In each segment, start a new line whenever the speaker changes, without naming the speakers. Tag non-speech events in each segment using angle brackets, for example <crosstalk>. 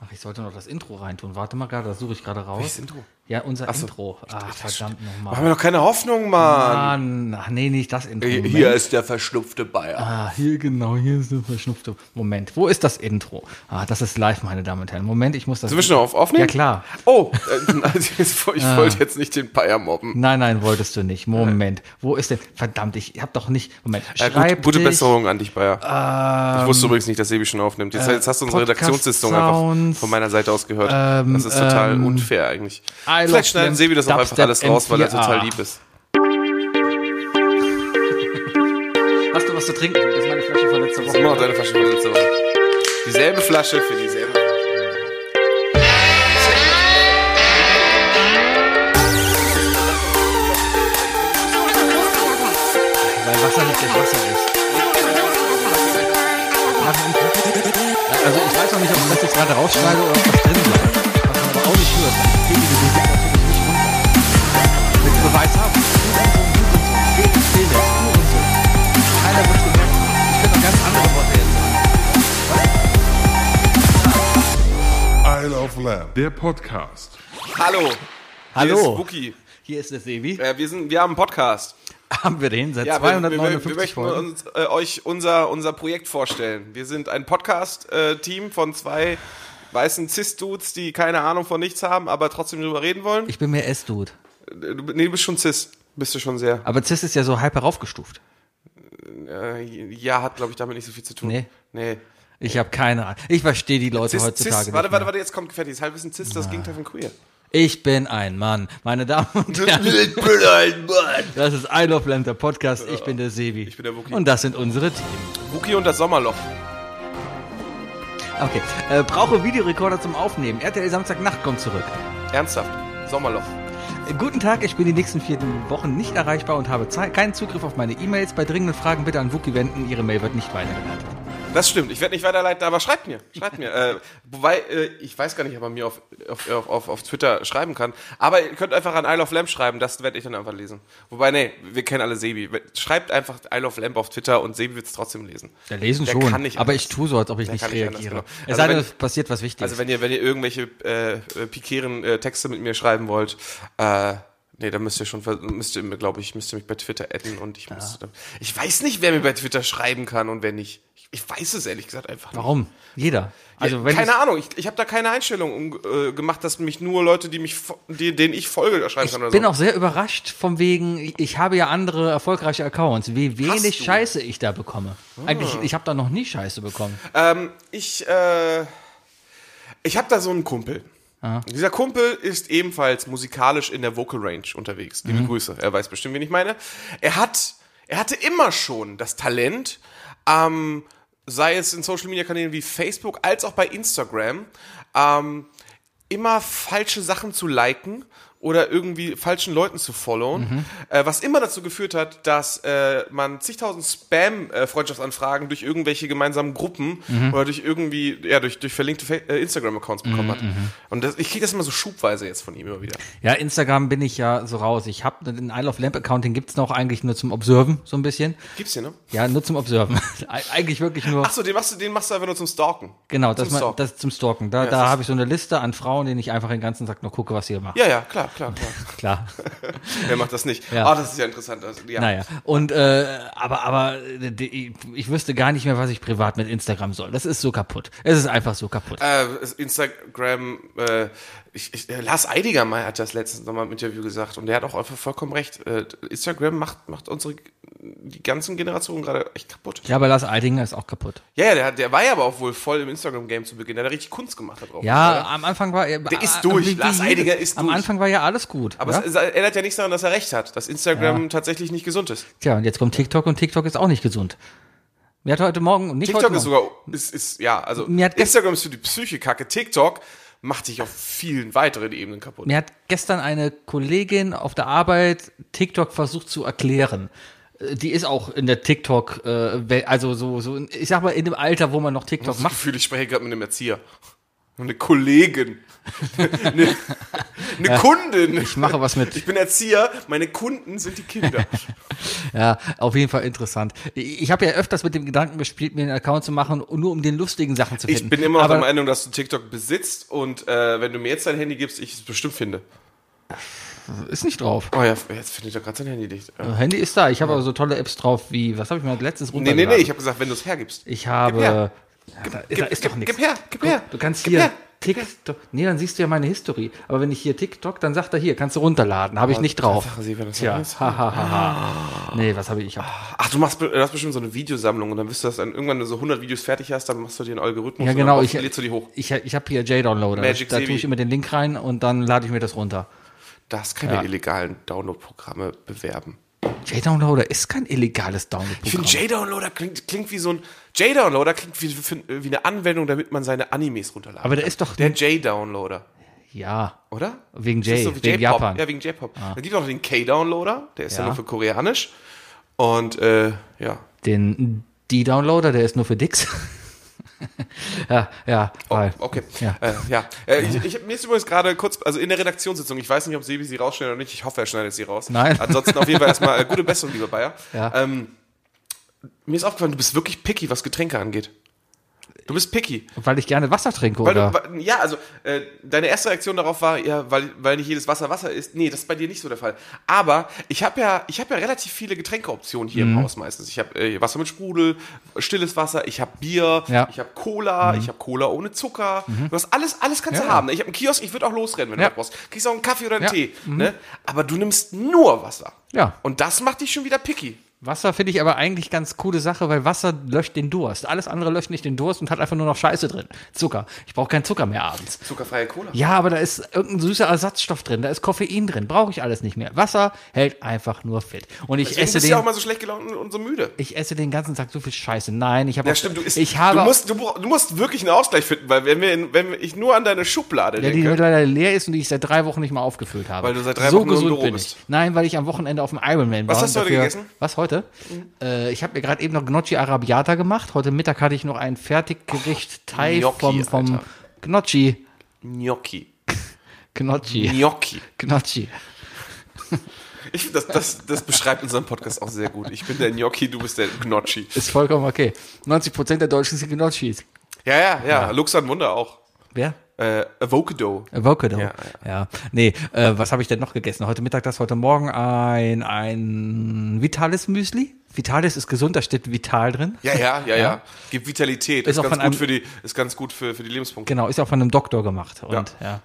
Ach, ich sollte noch das Intro reintun. Warte mal gerade, das suche ich gerade raus.
Welches Intro?
Ja, unser
Ach so.
Intro. Ach, verdammt
Machen wir
nochmal.
doch keine Hoffnung, Mann.
Mann, ach nee, nicht das Intro.
Hier-
Ah, Moment.
Hier ist der verschlupfte Bayer.
Ah, hier genau, hier ist eine verschnupfte. Moment, wo ist das Intro? Ah, das ist live, meine Damen und Herren. Moment, ich muss das.
Sind wir schon auf aufnehmen?
Ja, klar. Ah.
Oh, äh, <laughs> also ich wollte jetzt nicht den Bayer mobben.
Nein, nein, wolltest du nicht. Moment, wo ist denn? Verdammt, ich hab doch nicht. Moment,
Äh, gut, gute
Schreibtisch,
Besserung an dich, Bayer.
Ähm, äh,
Ich wusste übrigens nicht, dass Sebi schon aufnimmt. Jetzt, jetzt hast du unsere
Podcast
Redaktionssitzung einfach
Sounds.
von meiner Seite aus gehört.
Ähm,
das ist total
ähm,
unfair eigentlich.
I love
Vielleicht schneiden
Lamp,
Sebi das auch einfach
Dubstep
alles raus, weil er
M4A.
total lieb ist.
Hast du was zu trinken? Das ist meine Flasche von letzter
Das ist immer noch
Woche.
deine Flasche von letzter Woche. Dieselbe Flasche für dieselbe.
Weil Wasser nicht das Wasser ist. Also ich weiß noch nicht, ob ich das jetzt gerade rausschneide oder ob das drin bleibt. Was man aber auch nicht hört. dann geht die Musik natürlich nicht runter. Willst du Beweis haben? Geht die Stille, nur und so. Keiner wird's gemerkt haben. Ich könnte noch ganz andere Worte jetzt sagen.
Isle of Lamb, der Podcast.
Hallo. Hier
Hallo.
ist Spooky.
Hier ist der Sebi.
Äh, wir, sind, wir haben einen Podcast.
Haben wir den seit
wir- wir, wir
259
möchten
Folgen?
uns, äh, euch unser, unser Projekt vorstellen. Wir sind ein Podcast-Team äh, von zwei weißen Cis-Dudes, die keine Ahnung von nichts haben, aber trotzdem drüber reden wollen.
Ich bin mehr S-Dude.
Äh, du- nee, du bist schon Cis. Bist du schon sehr.
Aber Cis ist ja so halb heraufgestuft.
Äh, ja, hat, glaube ich, damit nicht so viel zu tun.
Ah. Nee.
Nee.
Ich habe keine Ahnung. Ich verstehe die Leute
Cis,
heutzutage
Cis,
nicht
warte,
mehr.
warte, warte, jetzt kommt gefährlich. Ist halbwissen Cis, das Gegenteil von queer.
Ich bin ein Mann. Meine Damen
<laughs>
und Herren, das ist I Love Lamb, der Podcast. Ich bin der Sebi. Ich
Genau. bin der Wookie.
Und das sind unsere Team.
Wookie und das Sommerloch.
Okay. Äh, brauche Videorekorder zum Aufnehmen. RTL Samstagnacht kommt zurück.
Ernsthaft. Sommerloch.
Äh, guten Tag, ich bin die nächsten vier Wochen nicht erreichbar und habe Zeit, keinen Zugriff auf meine E-Mails. Bei dringenden Fragen bitte an Wookie wenden. Ihre Mail wird nicht weitergeleitet.
Das stimmt, ich werde nicht weiterleiten, aber schreibt mir, schreibt mir. Äh, wobei, äh, ich weiß gar nicht, ob man mir auf, auf, auf, auf, auf Twitter schreiben kann, aber ihr könnt einfach an Isle of Lamp schreiben, das werde ich dann einfach lesen. Wobei, nee, wir kennen alle Sebi. Schreibt einfach Isle of Lamp auf Twitter und Sebi wird es trotzdem lesen.
Ja, lesen
Der
schon.
kann nicht
aber
anders.
ich tue so, als ob ich nicht
kann nicht anders,
reagiere.
genau.
Es
Also
sei denn,
wenn-
es passiert was Wichtiges.
Also wenn ihr, wenn ihr irgendwelche äh, äh, pikieren äh, Texte mit mir schreiben wollt, äh, nee, dann müsst ihr schon, ver- müsst ihr, glaube ich, müsst ihr mich bei Twitter adden und ich muss, dann, ich weiß nicht, wer mir bei Twitter schreiben kann und wer nicht. Ich, ich weiß es ehrlich gesagt einfach nicht.
Warum? Jeder. Also wenn
keine Ahnung, ich, ich habe da keine Einstellung um, äh, gemacht, dass mich nur Leute, die mich, fo- die, denen ich folge, da schreiben
Ich
kann oder
bin
so.
auch sehr überrascht vom wegen, ich habe ja andere erfolgreiche Accounts, wie wenig
du? Ah.
Scheiße ich da bekomme. Eigentlich, ich habe da noch nie Scheiße bekommen.
Ähm, ich äh, ich habe da so einen Kumpel. Dieser Kumpel ist ebenfalls musikalisch in der Vocal Range unterwegs. Liebe
Mhm.
Grüße. Er weiß bestimmt, wen ich meine. Er hat, er hatte immer schon das Talent, ähm, sei es in Social Media Kanälen wie Facebook als auch bei Instagram, ähm, immer falsche Sachen zu liken oder irgendwie falschen Leuten zu followen,
Mhm.
äh, was immer dazu geführt hat, dass äh, man zigtausend Spam-Freundschaftsanfragen durch irgendwelche gemeinsamen Gruppen
Mhm.
oder durch irgendwie, ja, durch, durch verlinkte Fa- äh, Instagram-Accounts bekommen hat.
mhm.
Und das, ich kriege das immer so schubweise jetzt von ihm immer wieder.
Ja, Instagram bin ich ja so raus. Ich habe den Isle of Lamp Account, den gibt's noch eigentlich nur zum Observen, so ein bisschen.
Gibt's hier, ne?
Ja, nur zum Observen. <laughs> Eig- eigentlich wirklich nur,
Achso, den machst du, den machst du einfach nur zum Stalken.
genau, das,
zum
man,
Stalken.
das zum Stalken. Da,
das
da
ist-
habe ich so eine Liste an Frauen, denen ich einfach den ganzen Tag nur gucke, was sie machen.
Ja, ja, klar, klar,
<laughs>
klar.
Klar.
Wer macht das nicht? Ah,
Ja.
das ist ja interessant. Also, ja.
Naja, und äh, aber aber äh, die- ich wüsste gar nicht mehr, was ich privat mit Instagram soll. Das ist so kaputt. Es ist einfach so kaputt.
Äh, Instagram, äh, ich, ich, äh, Lars Eidiger mal hat das letztens nochmal im Interview gesagt und der hat auch einfach vollkommen recht. Äh, Instagram macht, macht unsere, die ganzen Generationen gerade echt kaputt.
Ja, aber Lars Eidinger ist auch kaputt.
Ja, ja, der, hat- der war ja aber auch wohl voll im Instagram-Game zu Beginn. Der hat richtig Kunst gemacht da drauf.
Ja,
Oder?
am Anfang war er. Der
ist durch. Lars Eidinger ist
Am
durch.
Anfang war ja alles gut.
Aber
ja?
es, es ändert ja nichts daran, dass er recht hat, dass Instagram tatsächlich nicht gesund ist.
Tja, und jetzt kommt TikTok und TikTok ist auch nicht gesund. Mir hat heute Morgen und nicht
TikTok
heute
ist
Morgen.
sogar, ist, ist, ja, also
genau. Mir hat gest-
Instagram ist für die Psyche kacke. TikTok macht dich auf vielen weiteren Ebenen kaputt.
Mir hat gestern eine Kollegin auf der Arbeit TikTok versucht zu erklären. Äh, Die ist auch in der TikTok, äh, Wel- also so, so, in- ich sag mal, in dem Alter, wo man noch TikTok
Das
macht.
Gefühl, ich spreche gerade mit einem Erzieher. Eine Kollegin. <laughs> eine, eine Kundin.
Ich mache was mit.
<laughs> Ich bin Erzieher, meine Kunden sind die Kinder.
Ja, auf jeden Fall interessant. Ich ich habe ja öfters mit dem Gedanken gespielt, mir einen Account zu machen, nur um den lustigen Sachen zu finden.
Ich bin immer noch
Aber
der Meinung, dass du TikTok besitzt und äh, wenn du mir jetzt dein Handy gibst, ich es bestimmt finde.
Ist nicht drauf.
Oh ja, jetzt findet er gerade sein Handy nicht. Äh,
Handy ist da. Ich habe aber so tolle Apps drauf wie, was habe ich mir als letztes
nee, nee,
runtergeladen?
nee, ich habe gesagt, wenn du es hergibst.
Ich habe.
Gib her.
Ja, da, da ist
gib-
doch nichts.
gib her, gib
Guck,
her.
Du kannst
Gib
hier
her,
TikTok. Nee, dann siehst du ja meine History. Aber wenn ich hier TikTok, dann sagt er hier, kannst du runterladen. Habe ich nicht drauf.
Sache, sie, wenn das
Tja,
so ist. Ah.
hahaha. nee, was habe ich? Ich hab,
Ach, du machst be- du hast bestimmt so eine Videosammlung und dann wirst du das dann irgendwann, wenn du so 100 Videos fertig hast, dann machst du dir einen Algorithmus
ja,
und dann
genau.
baust-
Ich,
lädst du die hoch.
ich, ich habe hier J-Downloader. Da,
Magic
da tue
Sebi.
ich immer den Link rein und dann lade ich mir das runter.
Darfst keine illegalen Download-Programme bewerben.
J-Downloader ist kein illegales Download-Programm.
Ich finde J-Downloader klingt, klingt wie so ein J-Downloader klingt wie, wie wie eine Anwendung, damit man seine Animes runterladen
Aber der
kann.
ist doch-
der J-Downloader,
ja.
oder?
Wegen
Das ist
J,
wie
wegen
J-Pop.
Japan. Ah.
Ja, wegen J-Pop. Dann gibt es auch den K-Downloader, der ist ja.
Ja.
nur für koreanisch. Und äh, ja,
Den D-Downloader, der ist nur für Dicks. <laughs> ja, ja. weil-
okay.
Ja.
Äh, ja. Äh, ich, ich, mir ist übrigens gerade kurz, also in der Redaktionssitzung, ich weiß nicht, ob Sebi sie rausschneidet oder nicht, ich hoffe, er schneidet sie raus.
Nein.
Ansonsten auf jeden Fall erstmal äh, gute Besserung, lieber Bayer.
Ja.
Ähm, mir ist aufgefallen, du bist wirklich picky, was Getränke angeht. Du bist picky.
Weil ich gerne Wasser trinke,
Weil
oder?
du, weil- ja, also äh, deine erste Reaktion darauf war, ja, weil, weil nicht jedes Wasser Wasser ist. Nee, das ist bei dir nicht so der Fall. Aber ich habe ja, ich habe ja relativ viele Getränkeoptionen hier
Mhm.
im Haus meistens. Ich habe äh, Wasser mit Sprudel, stilles Wasser, ich habe Bier,
Ja. Mhm.
ich habe Cola, ich habe Cola ohne Zucker. Du hast alles, alles kannst du
Ja.
haben. Ich habe einen Kiosk, ich würde auch losrennen, wenn
Ja.
du was brauchst. Kriegst auch einen Kaffee oder einen
Ja. Mhm.
Tee. Ne? Aber du nimmst nur Wasser.
Ja.
Und das macht dich schon wieder picky.
Wasser finde ich aber eigentlich ganz coole Sache, weil Wasser löscht den Durst. Alles andere löscht nicht den Durst und hat einfach nur noch Scheiße drin. Zucker. Ich brauche keinen Zucker mehr abends.
Zuckerfreie Cola.
Ja, aber da ist irgendein süßer Ersatzstoff drin, da ist Koffein drin, brauche ich alles nicht mehr. Wasser hält einfach nur fit. Und ich
Deswegen
esse
bist du ja auch
den,
mal so schlecht gelaunt und- und so müde.
ich esse den ganzen Tag so viel Scheiße. Nein, ich habe
Ja,
auch-
stimmt, du, isst,
ich habe
du,
auch-
musst, du, bra- du musst wirklich einen Ausgleich finden, weil wenn, wir in, wenn ich nur an deine Schublade
Ja, die
denke,
leider leer ist und die ich seit drei Wochen nicht mal aufgefüllt habe.
Weil du seit drei
so
Wochen nur im
gesund
Büro
bin
bist.
Ich. Nein, weil ich am Wochenende auf dem Ironman war.
Was
und
hast du heute
dafür-
gegessen?
Was heute? Äh, ich habe mir gerade eben noch Gnocchi Arabiata gemacht. Heute Mittag hatte ich noch ein Fertiggericht Teil
Gnocchi,
vom, vom
Alter.
Gnocchi.
Gnocchi.
Gnocchi. <laughs>
Gnocchi.
Gnocchi.
Ich, das, das, das beschreibt unseren Podcast auch sehr gut. Ich bin der Gnocchi, du bist der Gnocchi.
Ist vollkommen okay. 90% der Deutschen sind Gnocchis.
Ja, ja, ja. Lux an Wunder auch.
Wer?
Äh, Avocado.
Avocado.
Ja,
Ja, nee, äh, was habe ich denn noch gegessen? Heute Mittag das, heute Morgen ein, ein Vitalis Müsli. Vitalis ist gesund, da steht Vital drin.
Ja, ja, ja, ja. Gibt Vitalität.
Ist auch
ganz
von
gut
einem-
für die, ist ganz gut für, für die Lebenspunkte.
Genau, ist ja auch von einem Doktor gemacht. Und ja,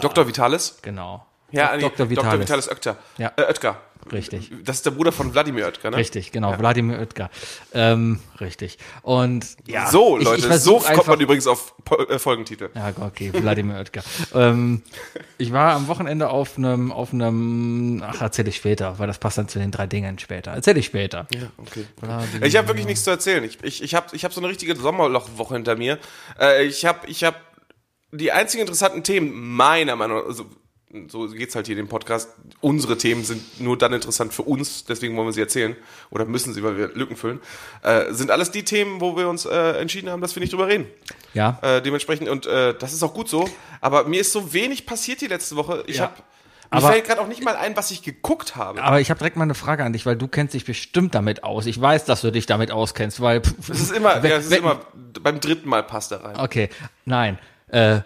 Dr. Vitalis.
genau.
Ja, nee,
Dr. Vitalis.
Dr. Vitalis Oetker.
Ja.
Äh, Oetker.
Richtig.
Das ist der Bruder von Wladimir Oetker, ne?
Richtig, genau. Wladimir Oetker. Ähm, richtig. Und ja,
So,
ich-
Leute,
ich versuch
so kommt
einfach-
man übrigens auf Po- äh, Folgentitel.
Ja, okay, Wladimir Oetker. ähm, ich war am Wochenende auf einem, auf einem, ach, erzähle ich später, weil das passt dann zu den drei Dingen später. Erzähle ich später.
Ja, okay. Ich habe wirklich nichts zu erzählen. Ich, ich, ich habe ich hab so eine richtige Sommerlochwoche hinter mir. Äh, ich habe ich hab die einzigen interessanten Themen meiner Meinung nach, also, so geht's halt hier in dem Podcast, unsere Themen sind nur dann interessant für uns, deswegen wollen wir sie erzählen oder müssen sie, weil wir Lücken füllen, äh, sind alles die Themen, wo wir uns äh, entschieden haben, dass wir nicht drüber reden.
Ja.
Äh, dementsprechend, und äh, das ist auch gut so, aber mir ist so wenig passiert die letzte Woche. Ich
Ja.
hab, mir
Aber-
fällt gerade auch nicht mal ein, was ich geguckt habe.
Aber ich habe direkt mal eine Frage an dich, weil du kennst dich bestimmt damit aus. Ich weiß, dass du dich damit auskennst, weil pff,
Es ist immer,
wenn-
ja, es ist
wenn-
immer beim dritten Mal passt da rein.
Okay, nein. Äh,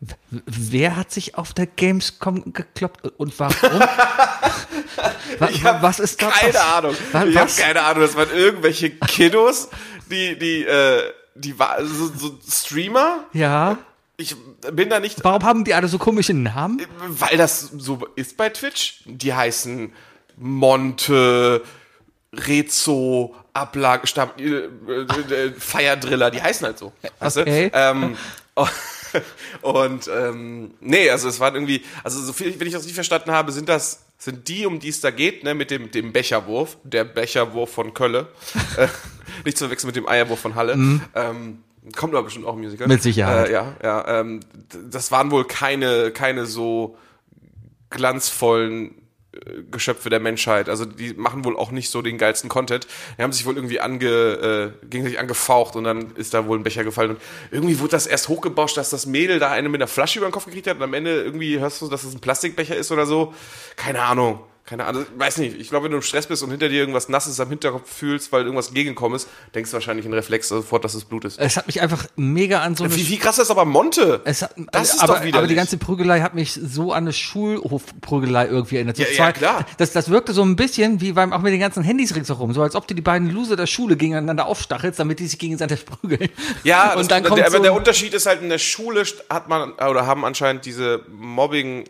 w- w- wer hat sich auf der Gamescom gekloppt und
<laughs>
warum? Wa-
Ich
wa-
hab
was ist da
Keine
pass-
Ahnung.
Wa-
Ich habe
Was?
keine Ahnung. Das waren irgendwelche Kiddos, die, die, äh, die war, so, so Streamer.
Ja.
Ich bin da nicht,
Warum haben die alle so komische Namen?
weil das so ist bei Twitch. Die heißen Monte, Rezo, Ablage, Stab, äh, äh, äh, Feierdriller. Die heißen halt so. Weißt
Okay.
du? Ähm, <laughs> und ähm, nee, also es waren irgendwie, also so viel, wenn ich das nicht verstanden habe, sind das sind die, um die es da geht, ne, mit dem dem Becherwurf, der Becherwurf von Kölle, <laughs> äh, nicht zu verwechseln mit dem Eierwurf von Halle. Ähm, kommt aber bestimmt auch ein Musical.
Mit Sicherheit.
Äh, ja, ja. Ähm, d- das waren wohl keine keine so glanzvollen äh, Geschöpfe der Menschheit. Also die machen wohl auch nicht so den geilsten Content. Die haben sich wohl irgendwie ange, äh, gegenseitig angefaucht und dann ist da wohl ein Becher gefallen. Und irgendwie wurde das erst hochgebauscht, dass das Mädel da eine mit einer Flasche über den Kopf gekriegt hat und am Ende irgendwie hörst du, dass es das ein Plastikbecher ist oder so. Keine Ahnung. Keine Ahnung, Also, weiß nicht. Ich glaube, wenn du im Stress bist und hinter dir irgendwas Nasses am Hinterkopf fühlst, weil irgendwas gegengekommen ist, denkst du wahrscheinlich in Reflex sofort, dass es Blut ist.
Es hat mich einfach mega an so eine
Wie, wie krass ist aber Monte?
Es hat, also
Das ist
aber,
doch widerlich.
aber die ganze Prügelei hat mich so an eine Schulhofprügelei irgendwie erinnert. So
Ja, ja,
zwei-
klar.
Das, das wirkte so ein bisschen wie beim, auch mit den ganzen Handys ringsherum, so als ob du die beiden Loser der Schule gegeneinander aufstachelst, damit die sich gegenseitig <laughs> prügeln.
Ja, das,
und dann kommt
der,
so
aber
ein-
der Unterschied ist halt, in der Schule st- hat man äh, oder haben anscheinend diese Mobbing,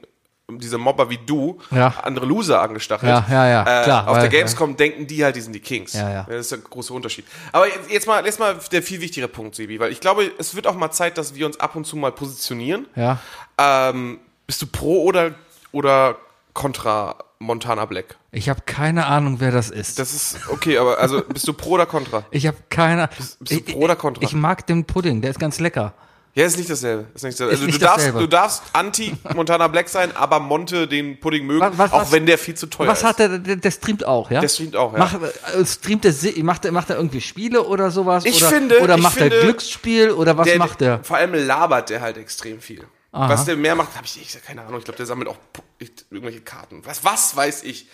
diese Mobber wie du,
Ja.
andere Loser angestachelt.
Ja, ja, ja,
äh,
klar,
Auf
weil-
der Gamescom denken die halt, die sind die Kings.
Ja, ja.
Das ist der große Unterschied. Aber jetzt, jetzt, mal, jetzt mal der viel wichtigere Punkt, Sebi, weil ich glaube, es wird auch mal Zeit, dass wir uns ab und zu mal positionieren.
ja.
Ähm, bist du pro oder, oder contra Montana Black?
Ich habe keine Ahnung, wer das ist.
Das ist okay, aber also bist du pro oder contra?
ich habe keine
bist du
Ich-
pro oder contra? Oh
Ich mag den Pudding, der ist ganz lecker.
Ja, ist nicht dasselbe. Ist nicht dasselbe.
Ist
also
nicht
du, darfst,
dasselbe.
du darfst Anti-Montana Black sein, aber Monte den Pudding mögen,
Was- was-
auch
was-
wenn der viel zu teuer
Was
ist.
hat der, der, der streamt auch, ja?
Der streamt auch, ja.
Macht, äh, streamt der, Si- macht, der, macht er irgendwie Spiele oder sowas?
Ich
oder,
finde-
Oder
ich
macht er
finde,
Glücksspiel oder was
der,
macht der?
Vor allem labert der halt extrem viel. Was der mehr macht, habe ich, ich keine Ahnung. Ich glaube, der sammelt auch pu- ich- irgendwelche Karten. Was, was weiß ich?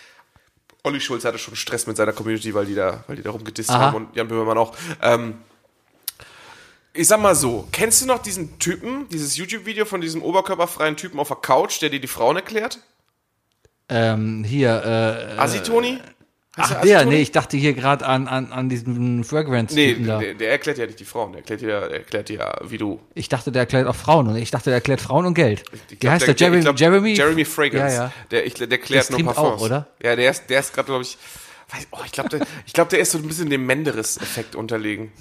Olli Schulz hatte schon Stress mit seiner Community, weil die da, weil die da rumgedisst
Aha.
haben und Jan Böhmermann auch. Ähm, ich sag mal so, kennst du noch diesen Typen, dieses YouTube-Video von diesem oberkörperfreien Typen auf der Couch, der dir die Frauen erklärt?
Ähm, hier, äh,
Asitoni? Heißt
Ach,
der
der,
Asitoni?
nee, ich dachte hier gerade an, an, an diesen Fragrance.
Nee,
Nee, da.
der, der erklärt ja nicht die Frauen, der erklärt dir, der erklärt dir ja, wie du.
Ich dachte, der erklärt auch Frauen und ich dachte, der erklärt Frauen und Geld.
Ich
Wie
glaub,
heißt der? Jeremy,
ich glaub,
Jeremy?
Jeremy Fragrance.
Ja, ja.
Der, ich, der klärt
Der
nur
streamt
Parfums.
auch, oder?
Ja, der ist, der ist gerade, glaube ich, weiß, oh, ich glaube, der, ich glaub, der ist so ein bisschen dem Menderes-Effekt unterlegen.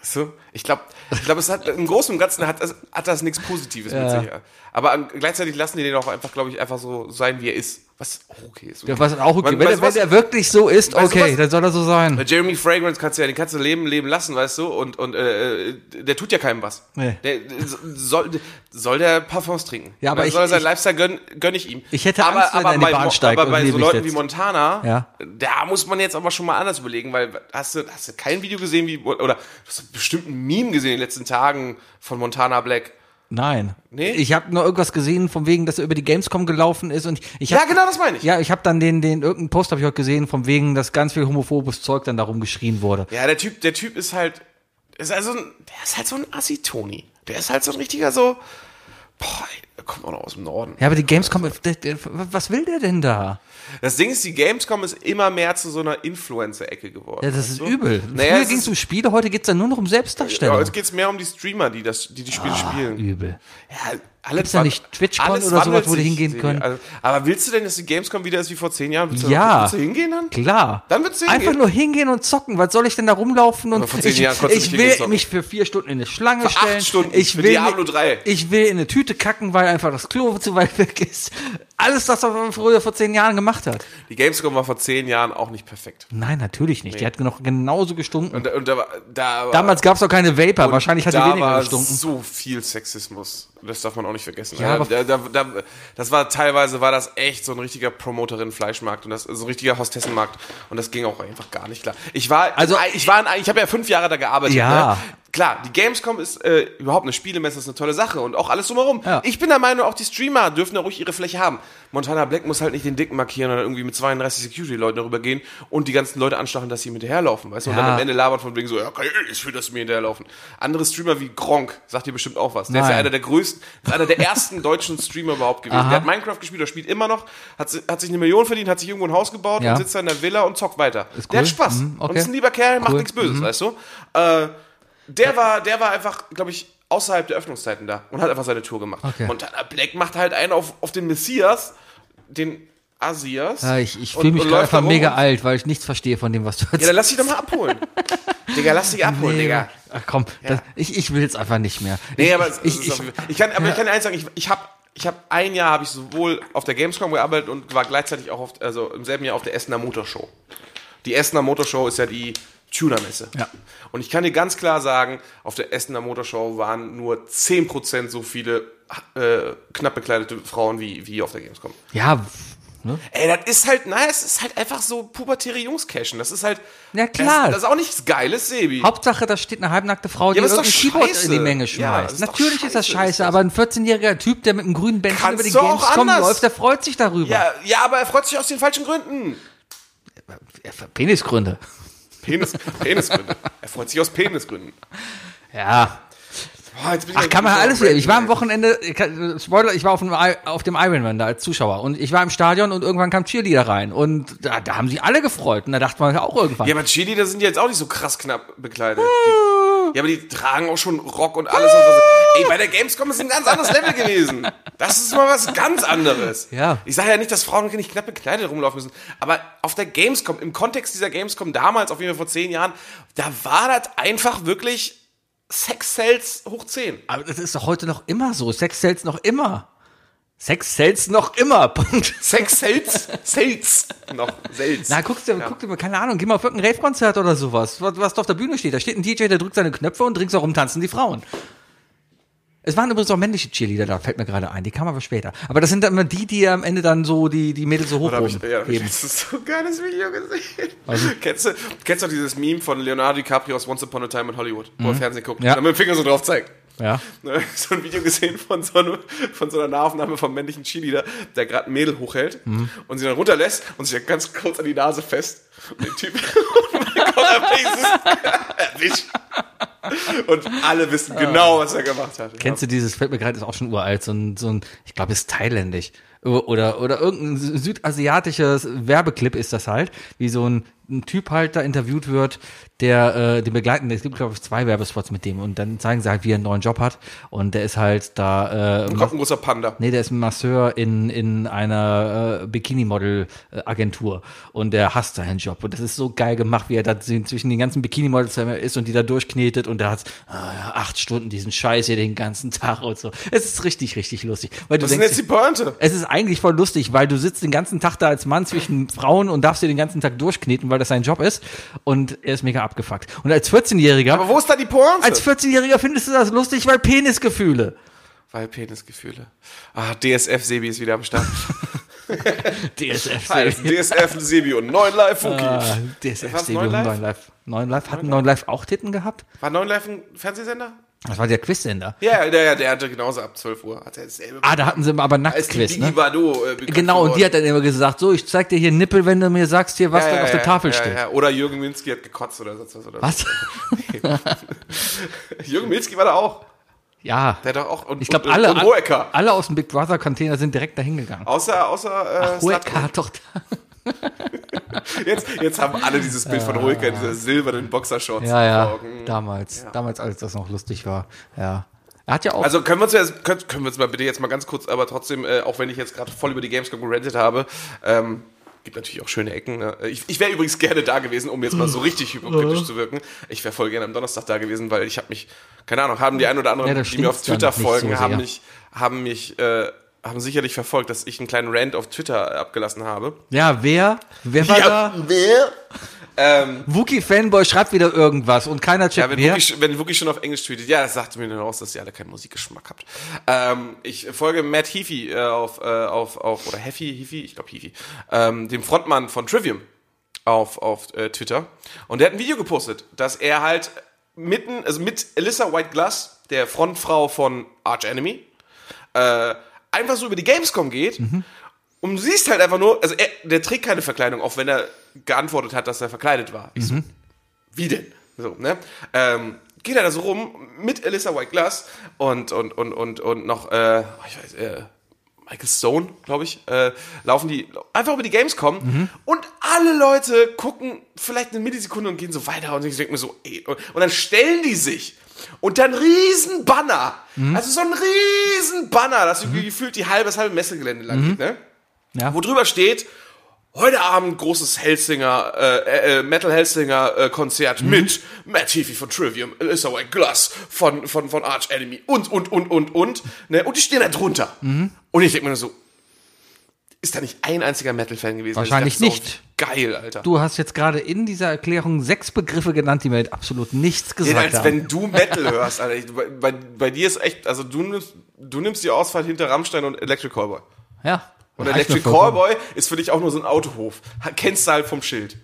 Weißt du? Ich glaube, ich glaub, es hat im Großen und Ganzen hat, das- hat das nichts Positives mit sich. Aber an- gleichzeitig lassen die den auch einfach, glaube ich, einfach so sein, wie er ist. Was auch okay ist.
Ja, was auch okay.
Man-
wenn,
weißt
er,
du
wenn
was?
er wirklich so ist,
Weißt du
okay,
was?
dann soll er so sein.
Bei Äh, Jeremy Fragrance kannst du ja, den kannst du leben, leben lassen, weißt du, und, und äh, der tut ja keinem was.
Nee.
Der, so- soll, soll der Parfums trinken?
Ja, aber
Dann
ich-
soll er seinen
ich-
Lifestyle gönn, gönn ich ihm.
Ich hätte Angst, wenn er in die
bei
Bahn
Mo-
steigt
Aber
und
bei so
neblig
Leuten
sitzt.
wie Montana,
Ja.
da muss man jetzt aber schon mal anders überlegen, weil hast du, hast du kein Video gesehen, wie, oder hast du bestimmt ein Meme gesehen in den letzten Tagen von Montana Black?
Nein.
Nee?
Ich habe nur irgendwas gesehen, von wegen, dass er über die Gamescom gelaufen ist und ich
Ja,
hab,
genau das meine ich.
Ja, ich habe dann den, den irgendeinen Post habe ich heute gesehen, von wegen, dass ganz viel homophobes Zeug dann darum geschrien wurde.
Ja, der Typ, der Typ ist halt, ist also ein, der ist halt so ein Assi-Toni. Der ist halt so ein richtiger so, boah, ey, der kommt auch noch aus dem Norden.
Ja, aber die Gamescom, äh, der- der- was will der denn da?
Das Ding ist, die Gamescom ist immer mehr zu so einer Influencer-Ecke geworden.
Ja, das ist übel.
Naja,
Früher
es
ging es
ist-
um Spiele, heute geht's dann nur noch um
ja,
Selbstdarstellung.
jetzt geht's mehr um die Streamer, die das, die, die Spiele spielen.
Ah, übel.
Ja, alles
da
wand-
nicht TwitchCon
alles
oder sowas,
wandelt
wo die
sich,
hingehen
Sebi.
können?
Also, aber willst du denn, dass die Gamescom wieder ist wie vor zehn Jahren? Willst du,
Ja.
willst du hingehen dann?
Klar.
Dann wird's hingehen.
Einfach nur hingehen und zocken. Was soll ich denn da rumlaufen und
vor zehn
ich,
Jahren konntest du
ich
nicht
will
hingehen zocken.
mich für vier Stunden in eine Schlange
Für acht
stellen.
Stunden
ich
für
will
Diablo 3.
Ich will in eine Tüte kacken, weil einfach das Klo zu weit weg ist. Alles das, was man früher vor zehn Jahren gemacht hat.
Die Gamescom war vor zehn Jahren auch nicht perfekt.
Nein, natürlich nicht. Die hat noch genauso gestunken.
Und, da- und da, war- da war-
Damals gab's noch keine Vapor.
Und
Wahrscheinlich hat sie
da
weniger
war
gestunken.
so viel Sexismus. Das darf man auch nicht vergessen. Also,
Ja, aber-
da, da, da, das war teilweise war das echt so ein richtiger Promoterin-Fleischmarkt und das so ein richtiger Hostessenmarkt und das ging auch einfach gar nicht klar. Ich war
Also-
ich war in- ich habe ja fünf Jahre da gearbeitet.
Ja.
Ne? Klar, die Gamescom ist äh, überhaupt eine Spielemesse, ist eine tolle Sache und auch alles drumherum.
Ja.
Ich bin der Meinung, auch die Streamer dürfen da ruhig ihre Fläche haben. Montana Black muss halt nicht den Dicken markieren und dann irgendwie mit 32 Security-Leuten darüber gehen und die ganzen Leute anstacheln, dass sie ihm hinterherlaufen, weißt du? Und
Ja.
dann am Ende labert von wegen so, ja, okay, ich will, dass sie mir hinterherlaufen. Andere Streamer wie Gronk, sagt dir bestimmt auch was. Der ist
Nein.
ja einer der größten, ist einer der ersten <laughs> deutschen Streamer überhaupt gewesen. Der hat Minecraft gespielt, der spielt immer noch, hat, si- hat sich eine Million verdient, hat sich irgendwo ein Haus gebaut
Ja.
und sitzt da in der Villa und zockt weiter.
Ist
Der
cool.
hat Spaß.
Mhm, okay.
Und ist ein lieber Kerl, macht
Cool. Mhm.
nichts Böses, weißt du? Äh, der war, der war einfach, glaube ich, außerhalb der Öffnungszeiten da und hat einfach seine Tour gemacht.
Okay.
Montana Black macht halt einen auf, auf den Messias, den Asias.
Ja, ich ich
und-
fühle mich
und
gerade
läuft da
einfach
rum
mega
und-
alt, weil ich nichts verstehe von dem, was du
Ja,
erzählst.
dann lass dich doch mal
<laughs>
abholen. Digga, lass dich abholen,
Nee,
Digga.
Ach komm, das, ich, ich will jetzt einfach nicht mehr.
Nee,
ich,
aber es,
ich,
es
ich,
ist ich, ich kann, aber ich kann eins sagen, ich, ich habe ich hab ein Jahr habe ich sowohl auf der Gamescom gearbeitet und war gleichzeitig auch auf, also im selben Jahr auf der Essener Motorshow. Die Essener Motorshow ist ja die Tunermesse.
Ja.
Und ich kann dir ganz klar sagen, auf der Essener Motorshow waren nur 10% so viele äh, knapp bekleidete Frauen wie, wie auf der Gamescom.
ja, Ne?
Ey, das ist halt, naja, es ist halt einfach so pubertäre Jungs cashen. Das ist halt.
Ja, klar.
Das, das ist auch nichts Geiles, Sebi.
Hauptsache, da steht eine halbnackte Frau, die
aber ist
irgendwie
doch
Keyboard
scheiße.
in die Menge
Ja,
schmeißt.
ist doch
Natürlich ist das
scheiße,
scheiße,
ist das.
aber ein 14-jähriger Typ, der mit einem grünen Bändchen
Kannst
über den
du auch
Gamescom
anders.
läuft, der freut sich darüber.
ja, ja, aber er freut sich aus den falschen Gründen.
Penisgründe.
Penis, Penisgründen. Er freut sich aus Penisgründen.
Ja.
Boah, jetzt bin
Ach, kann man alles wieder. Ich war am Wochenende, ich kann- Spoiler, ich war auf dem, I- auf dem Ironman da als Zuschauer und ich war im Stadion und irgendwann kam Cheerleader rein und da, da haben sie alle gefreut und da dachte man auch irgendwann.
Ja, aber Chili, da sind die jetzt auch nicht so krass knapp bekleidet. Die, ja, aber die tragen auch schon Rock und alles. Und so. Ey, bei der Gamescom ist ein ganz anderes Level gewesen. Das ist mal was ganz anderes.
Ja.
Ich sage ja nicht, dass Frauen nicht knapp bekleidet rumlaufen müssen. Aber auf der Gamescom, im Kontext dieser Gamescom damals, auf jeden Fall vor zehn Jahren, da war das einfach wirklich Sex-Sales hoch zehn.
Aber das ist doch heute noch immer so. Sex sells noch immer. Sex sells noch immer. <laughs> Punkt.
Sex-Sales?
<laughs>
Sales. Noch. Sales.
Na, guck dir, guck dir mal, keine Ahnung, geh mal auf irgendein Rave-Konzert oder sowas, was, was da auf der Bühne steht. Da steht ein DJ, der drückt seine Knöpfe und rings herum tanzen die Frauen. Es waren übrigens auch männliche Cheerleader da, fällt mir gerade ein. Die kamen aber später. Aber das sind dann immer die, die am Ende dann so die, die Mädels so
Da hab ich,
hochheben.
ja, hab ich letztens so ein geiles Video gesehen.
Also-
Kennst, du, kennst du dieses Meme von Leonardo DiCaprio aus Once Upon a Time in Hollywood, wo er Fernsehen guckt
Mhm. Ja.
und dann mit dem Finger so drauf zeigt?
Ja.
Ne, <laughs> So ein Video gesehen von so, einem, von so einer Nahaufnahme vom männlichen Cheerleader, der gerade ein Mädel hochhält
Mhm.
und sie dann runterlässt und sich dann ganz kurz an die Nase fest. Und den Typ. <laughs> Oh und dann kommt er dieses- erwischt. und alle wissen genau, was er gemacht hat.
Ah. Kennst du dieses, fällt mir gerade, ist auch schon uralt, so ein, so ein ich glaube, ist thailändisch. Oder, oder irgendein sü- südasiatisches Werbeclip ist das halt, wie so ein, ein Typ halt da interviewt wird, der äh, den begleiten, es gibt, glaube ich, zwei Werbespots mit dem und dann zeigen sie halt, wie er einen neuen Job hat und der ist halt da, äh,
Ja. Kommt ein großer Panda.
nee, der ist ein Masseur in, in einer äh, Bikini-Model-Agentur und der hasst seinen Job und das ist so geil gemacht, wie er da zwischen den ganzen Bikini-Models ist und die da durchknetet und der hat ah, acht Stunden diesen Scheiß hier den ganzen Tag und so. Es ist richtig, richtig lustig. Weil du
Was ist denn
denkst,
jetzt die Pointe?
es ist eigentlich voll lustig, weil du sitzt den ganzen Tag da als Mann zwischen Frauen und darfst dir den ganzen Tag durchkneten, weil das sein Job ist und er ist mega abgefuckt. Und als 14-Jähriger,
Aber wo ist da die Pointe?
als 14-Jähriger findest du das lustig, weil Penisgefühle.
Weil Penisgefühle. Ah, DSF Sebi ist wieder
<laughs>
am Start.
DSF.
Hi, DSF Sebi und 9 Live Fuki.
Ah, DSF
Was,
Stadium, 9
Neun
Live? 9
Live?
Live. 9 Live. Hatten 9 Live auch Titten gehabt?
War 9 Live ein Fernsehsender?
Das war der Quizsender.
Ja, ja, der, ja, der hatte genauso ab 12 Uhr. Hat er dasselbe.
Ah, da hatten sie aber
als die
Nacktquiz,
Digi
ne?
Bardot, äh, bekannt
Genau, und die hat
geworden.
dann immer gesagt, so, ich zeig dir hier Nippel, wenn du mir sagst, hier, was
Ja,
da
ja,
auf der
ja,
Tafel
ja,
steht.
Ja, oder Jürgen Milski hat gekotzt oder sonst was. Oder
Was? <laughs>
so. Jürgen Milski war da auch.
Ja.
Der hat doch auch. Und,
Ich glaube,
und,
alle,
Und Hoeker.
alle aus dem Big Brother Container sind direkt dahin gegangen.
Außer, außer, äh,
Ach,
Slatko.
Hoeker Oh, hat doch da.
Jetzt, jetzt haben alle dieses Bild von Hoeker in dieser silbernen
Ah.
Boxershorts Oh.
Ja,
vor
ja.
Augen.
Damals, damals, als das noch lustig war. Ja. Er hat ja auch.
Also können wir uns jetzt, können, können wir uns mal bitte jetzt mal ganz kurz, aber trotzdem, äh, auch wenn ich jetzt gerade voll über die Gamescom gerantet habe, ähm, gibt natürlich auch schöne Ecken. Ne? Ich, ich wäre übrigens gerne da gewesen, um jetzt mal so
<laughs>
richtig hypokritisch zu wirken. Ich wäre voll gerne am Donnerstag da gewesen, weil ich habe mich, keine Ahnung, haben die ein oder anderen,
Ja, da
die mir auf
stinkt's dann
Twitter
nicht
folgen,
so
haben
sehr.
mich, haben mich, äh, haben sicherlich verfolgt, dass ich einen kleinen Rant auf Twitter abgelassen habe.
ja, wer? Wer war da?
wer? Ähm,
Wookie-Fanboy schreibt wieder irgendwas und keiner checkt
Ja, wenn
wer.
wirklich, wenn wirklich schon auf Englisch tweetet, ja, das sagt mir dann aus, dass ihr alle keinen Musikgeschmack habt. Ähm, ich folge Matt Heafy äh, auf, äh, auf, auf, oder Heffy, Heafy, ich glaube Heafy, ähm, dem Frontmann von Trivium auf, auf äh, Twitter. Und der hat ein Video gepostet, dass er halt mitten, also mit Alyssa White Glass, der Frontfrau von Arch Enemy, äh, einfach so über die Gamescom geht. Und du siehst halt einfach nur, also er, der trägt keine Verkleidung, auch wenn er geantwortet hat, dass er verkleidet war. Ich so, wie denn? So, ne? Ähm, geht er da so rum mit Alyssa White Glass und, und, und, und, und noch, äh, ich weiß, äh, Michael Stone, glaube ich, äh, laufen die einfach über die Gamescom und alle Leute gucken vielleicht eine Millisekunde und gehen so weiter und ich denke mir so, ey, und, und dann stellen die sich und dann riesen Banner, also so ein riesen Banner, das gefühlt die halbe, das halbe Messegelände lang geht, ne?
Ja.
wo drüber steht, heute Abend großes Hellsinger, äh, äh, Metal Hellsinger äh, Konzert
Mhm.
mit Matt Heafy von Trivium, Alyssa White Glass von, von, von Arch Enemy und, und, und, und, und. Ne? Und die stehen da drunter.
Mhm.
Und ich denke mir nur so, ist da nicht ein einziger Metal-Fan gewesen? der sich
Wahrscheinlich
dachte so,
nicht.
Geil, Alter.
Du hast jetzt gerade in dieser Erklärung sechs Begriffe genannt, die mir absolut nichts
Ja,
gesagt
als
haben.
wenn du Metal hörst, Alter. Ich, bei, bei, bei dir ist echt, also du nimmst, du nimmst die Ausfahrt hinter Rammstein und Electric Callboy.
Ja.
Oder Electric Callboy ist für dich auch nur so ein Autohof. Ha- Kennst du halt vom Schild.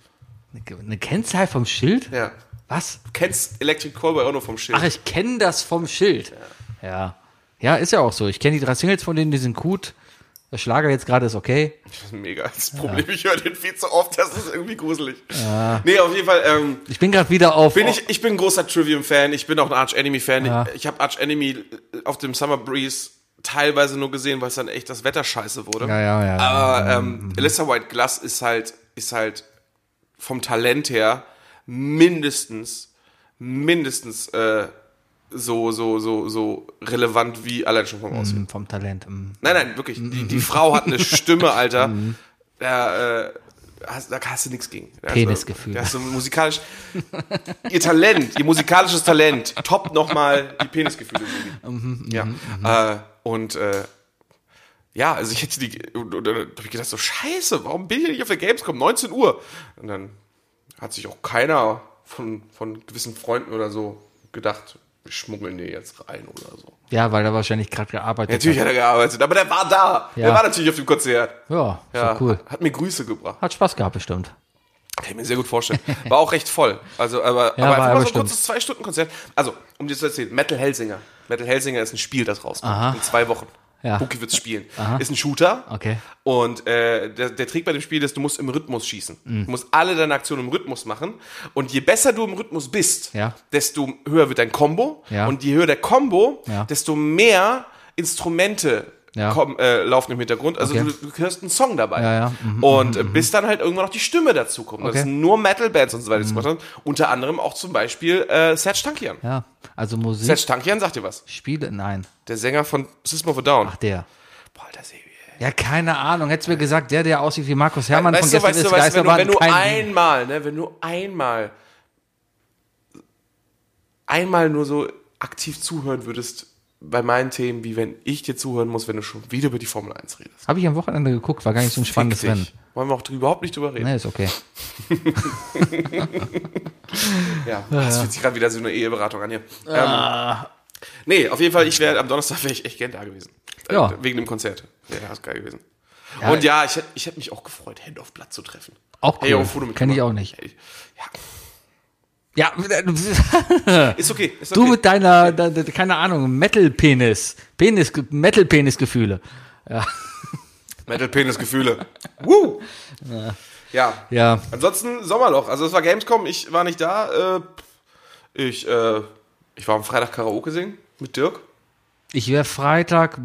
Eine Kennzahl vom Schild?
Ja.
Was?
Du kennst Electric Callboy auch nur vom Schild.
Ach, ich kenne das vom Schild. Ja. ja. ist ja auch so. Ich kenne die drei Singles von denen, die sind gut. Der Schlager jetzt gerade ist okay.
Das ist mega. Das Problem, ich höre den viel zu oft. Das ist irgendwie gruselig. Nee, auf jeden Fall. Ähm,
Ich bin gerade wieder auf.
Bin ich, ich bin ein großer Trivium-Fan, ich bin auch ein Arch-Enemy-Fan.
Ja.
Ich, ich habe Arch-Enemy auf dem Summer Breeze teilweise nur gesehen, weil es dann echt das Wetter scheiße wurde.
Ja, ja, ja.
Aber
Mhm.
ähm, Alyssa White Glass ist halt, ist halt vom Talent her mindestens, mindestens äh, so, so, so, so relevant wie allein schon vom Aussehen.
Hm, vom Talent. hm.
Nein, nein, wirklich. Die, die Frau hat eine Stimme, Alter. da, äh, hast, da hast du nichts gegen. Da hast du-
Penisgefühl.
Da hast du musikalisch. ihr Talent, ihr musikalisches Talent, top nochmal die Penisgefühle. Susi. ja. Äh, und äh, ja, also ich hätte die. Und, und, dann hab ich gedacht, so, scheiße, warum bin ich nicht auf der Gamescom? 19 Uhr. Und dann hat sich auch keiner von, von gewissen Freunden oder so gedacht, wir schmuggeln dir jetzt rein oder so.
Ja, weil er wahrscheinlich gerade gearbeitet
Natürlich hat er gearbeitet, aber der war da.
Ja.
Der war natürlich auf dem Konzert.
hat. Ja, ist
Ja,
doch cool.
Hat mir Grüße gebracht.
Hat Spaß gehabt, bestimmt.
Kann ich mir sehr gut vorstellen. War auch recht voll. Also, aber,
Ja, war
aber einfach
er
mal so ein
bestimmt.
kurzes Zwei-Stunden-Konzert. Also, um dir zu erzählen, Metal Hellsinger. Metal Hellsinger ist ein Spiel, das rauskommt. In zwei Wochen.
Ja.
Buki wird's spielen. Ist ein Shooter.
Okay.
Und äh, der, der Trick bei dem Spiel ist, du musst im Rhythmus schießen.
Mhm.
Du musst alle deine Aktionen im Rhythmus machen. Und je besser du im Rhythmus bist,
Ja.
desto höher wird dein Combo.
Ja.
Und je höher der Combo,
Ja.
desto mehr Instrumente
Ja.
kommen, äh, laufen im Hintergrund. Also
Okay.
du, du hörst einen Song dabei.
Ja, Mhm. ja.
Und äh, bis dann halt irgendwann noch die Stimme dazu kommt. Das
Okay. Mhm.
sind nur Metal-Bands und so weiter. die das gemacht haben. Unter anderem auch zum Beispiel äh, Serge Tankian.
Ja, also Musik,
Serge Tankian sagt dir was.
Spiele, nein.
Der Sänger von System of a Down.
Ach, der.
Boah, alter Sebi.
Ja, keine Ahnung. Hättest du mir gesagt, der, der aussieht wie Markus Herrmann
weißt
von
du,
gestern
weißt
ist
du, weißt du, wenn du, wenn du
Geisterbahn, kein-
einmal, ne, wenn du einmal, einmal nur so aktiv zuhören würdest bei meinen Themen, wie wenn ich dir zuhören muss, wenn du schon wieder über die Formel 1 redest.
Habe ich am Wochenende geguckt, war gar nicht so ein spannendes
Fick
Rennen.
dich. Wollen wir auch drü- überhaupt nicht drüber reden.
Ne, ist okay.
Ja,
Ah,
das fühlt sich gerade wieder so eine Eheberatung an hier. Ähm, nee, auf jeden Fall, ich wäre am Donnerstag wäre ich echt gern da gewesen. Äh,
Ja.
Wegen dem Konzert. Wäre das geil gewesen.
Ja.
Und ja, ich hätte ich hätt mich auch gefreut, Hand auf Blatt zu treffen.
Auch
Hey,
cool.
oh, Foto mit
Kenn ich
Kamera.
auch nicht.
Hey, <laughs>
Ja,
Ist okay, ist okay.
du mit deiner, de, de, keine Ahnung, Metal-Penis. Penis, Metal-Penis-Gefühle.
Metal-Penis-Gefühle. Woo! Ja.
Ja,
Ansonsten Sommerloch. Also es war Gamescom, ich war nicht da. Äh, ich, äh, ich war am Freitag Karaoke singen mit Dirk.
ich wäre Freitag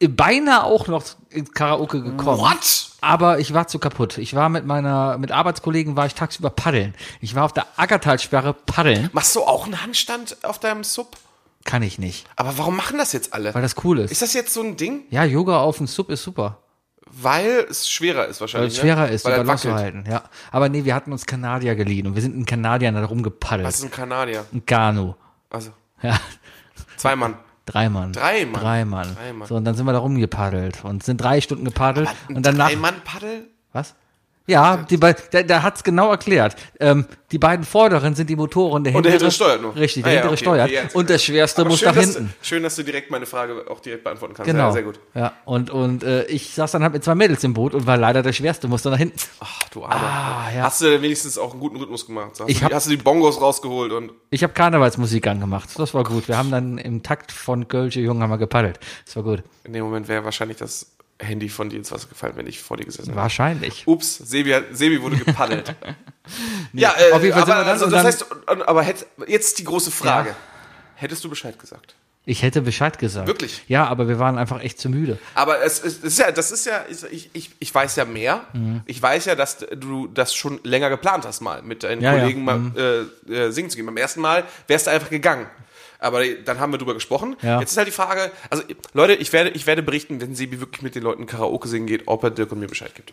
beinahe auch noch ins Karaoke gekommen.
What?
Aber ich war zu kaputt. Ich war mit meiner, mit Arbeitskollegen war ich tagsüber paddeln. Ich war auf der Aggertalsperre paddeln.
Machst du auch einen Handstand auf deinem Sub?
Kann ich nicht,
Aber warum machen das jetzt alle?
weil das cool ist.
Ist das jetzt so ein Ding?
Ja, Yoga auf dem Sub ist super.
Weil es schwerer ist
Weil
wahrscheinlich.
es schwerer
ne?
ist, die
weil er
Balance zu
wackelt.
halten. Ja. Aber nee, wir hatten uns Kanadier geliehen und wir sind in Kanadiern da rumgepaddelt.
Das ist ein Kanadier.
Ein Kanu.
Also,
Ja.
zwei Mann.
Drei Mann.
Drei Mann.
Drei Mann.
Drei Mann.
So, und dann sind wir da rumgepaddelt und sind drei Stunden gepaddelt <laughs> und danach.
Drei Mann Paddel?
Was? Ja, die bei, da, da hat's genau erklärt. Ähm, die beiden vorderen sind die Motoren, der
Und der
hintere
hintere steuert nur.
Richtig, der
Ah ja,
hintere
okay,
steuert.
okay, jetzt.
und der schwerste
Aber
muss
schön,
nach
dass,
hinten.
Schön, dass du direkt meine Frage auch direkt beantworten kannst.
Genau.
Ja, sehr gut.
Ja, und, und äh, ich saß dann halt mit zwei Mädels im Boot und war leider der schwerste, musste nach hinten.
Ach, du Arme.
Ah, ja.
Hast du denn wenigstens auch einen guten Rhythmus gemacht? Hast,
Ich
du,
hab-
die, hast du die Bongos rausgeholt und
Ich habe Karnevalsmusik angemacht. Das war gut. Wir haben dann im Takt von Gölsche Jung haben wir gepaddelt. Das war gut.
in dem Moment wäre wahrscheinlich das Handy von dir ins Wasser gefallen, wenn ich vor dir gesessen wäre.
Wahrscheinlich.
Ups, Sebi, hat- Sebi
<laughs>
wurde gepaddelt. ja, äh,
auf jeden Fall sind
aber,
wir dann
also,
und
das
dann-
heißt, aber hätt, jetzt die große Frage.
Ja.
Hättest du Bescheid gesagt?
Ich hätte Bescheid gesagt.
Wirklich?
Ja, aber wir waren einfach echt zu müde.
Aber es ist, es ist ja, das ist ja, ich, ich, ich weiß ja mehr.
Mhm.
Ich weiß ja, dass du das schon länger geplant hast, mal mit deinen
Ja, Mhm. ja.
Kollegen mal äh, äh, singen zu gehen. Beim ersten Mal wärst du einfach gegangen. Aber dann haben wir drüber gesprochen.
Ja.
Jetzt ist halt die Frage, also Leute, ich werde, ich werde berichten, wenn Sebi wirklich mit den Leuten Karaoke singen geht, ob er Dirk und mir Bescheid gibt.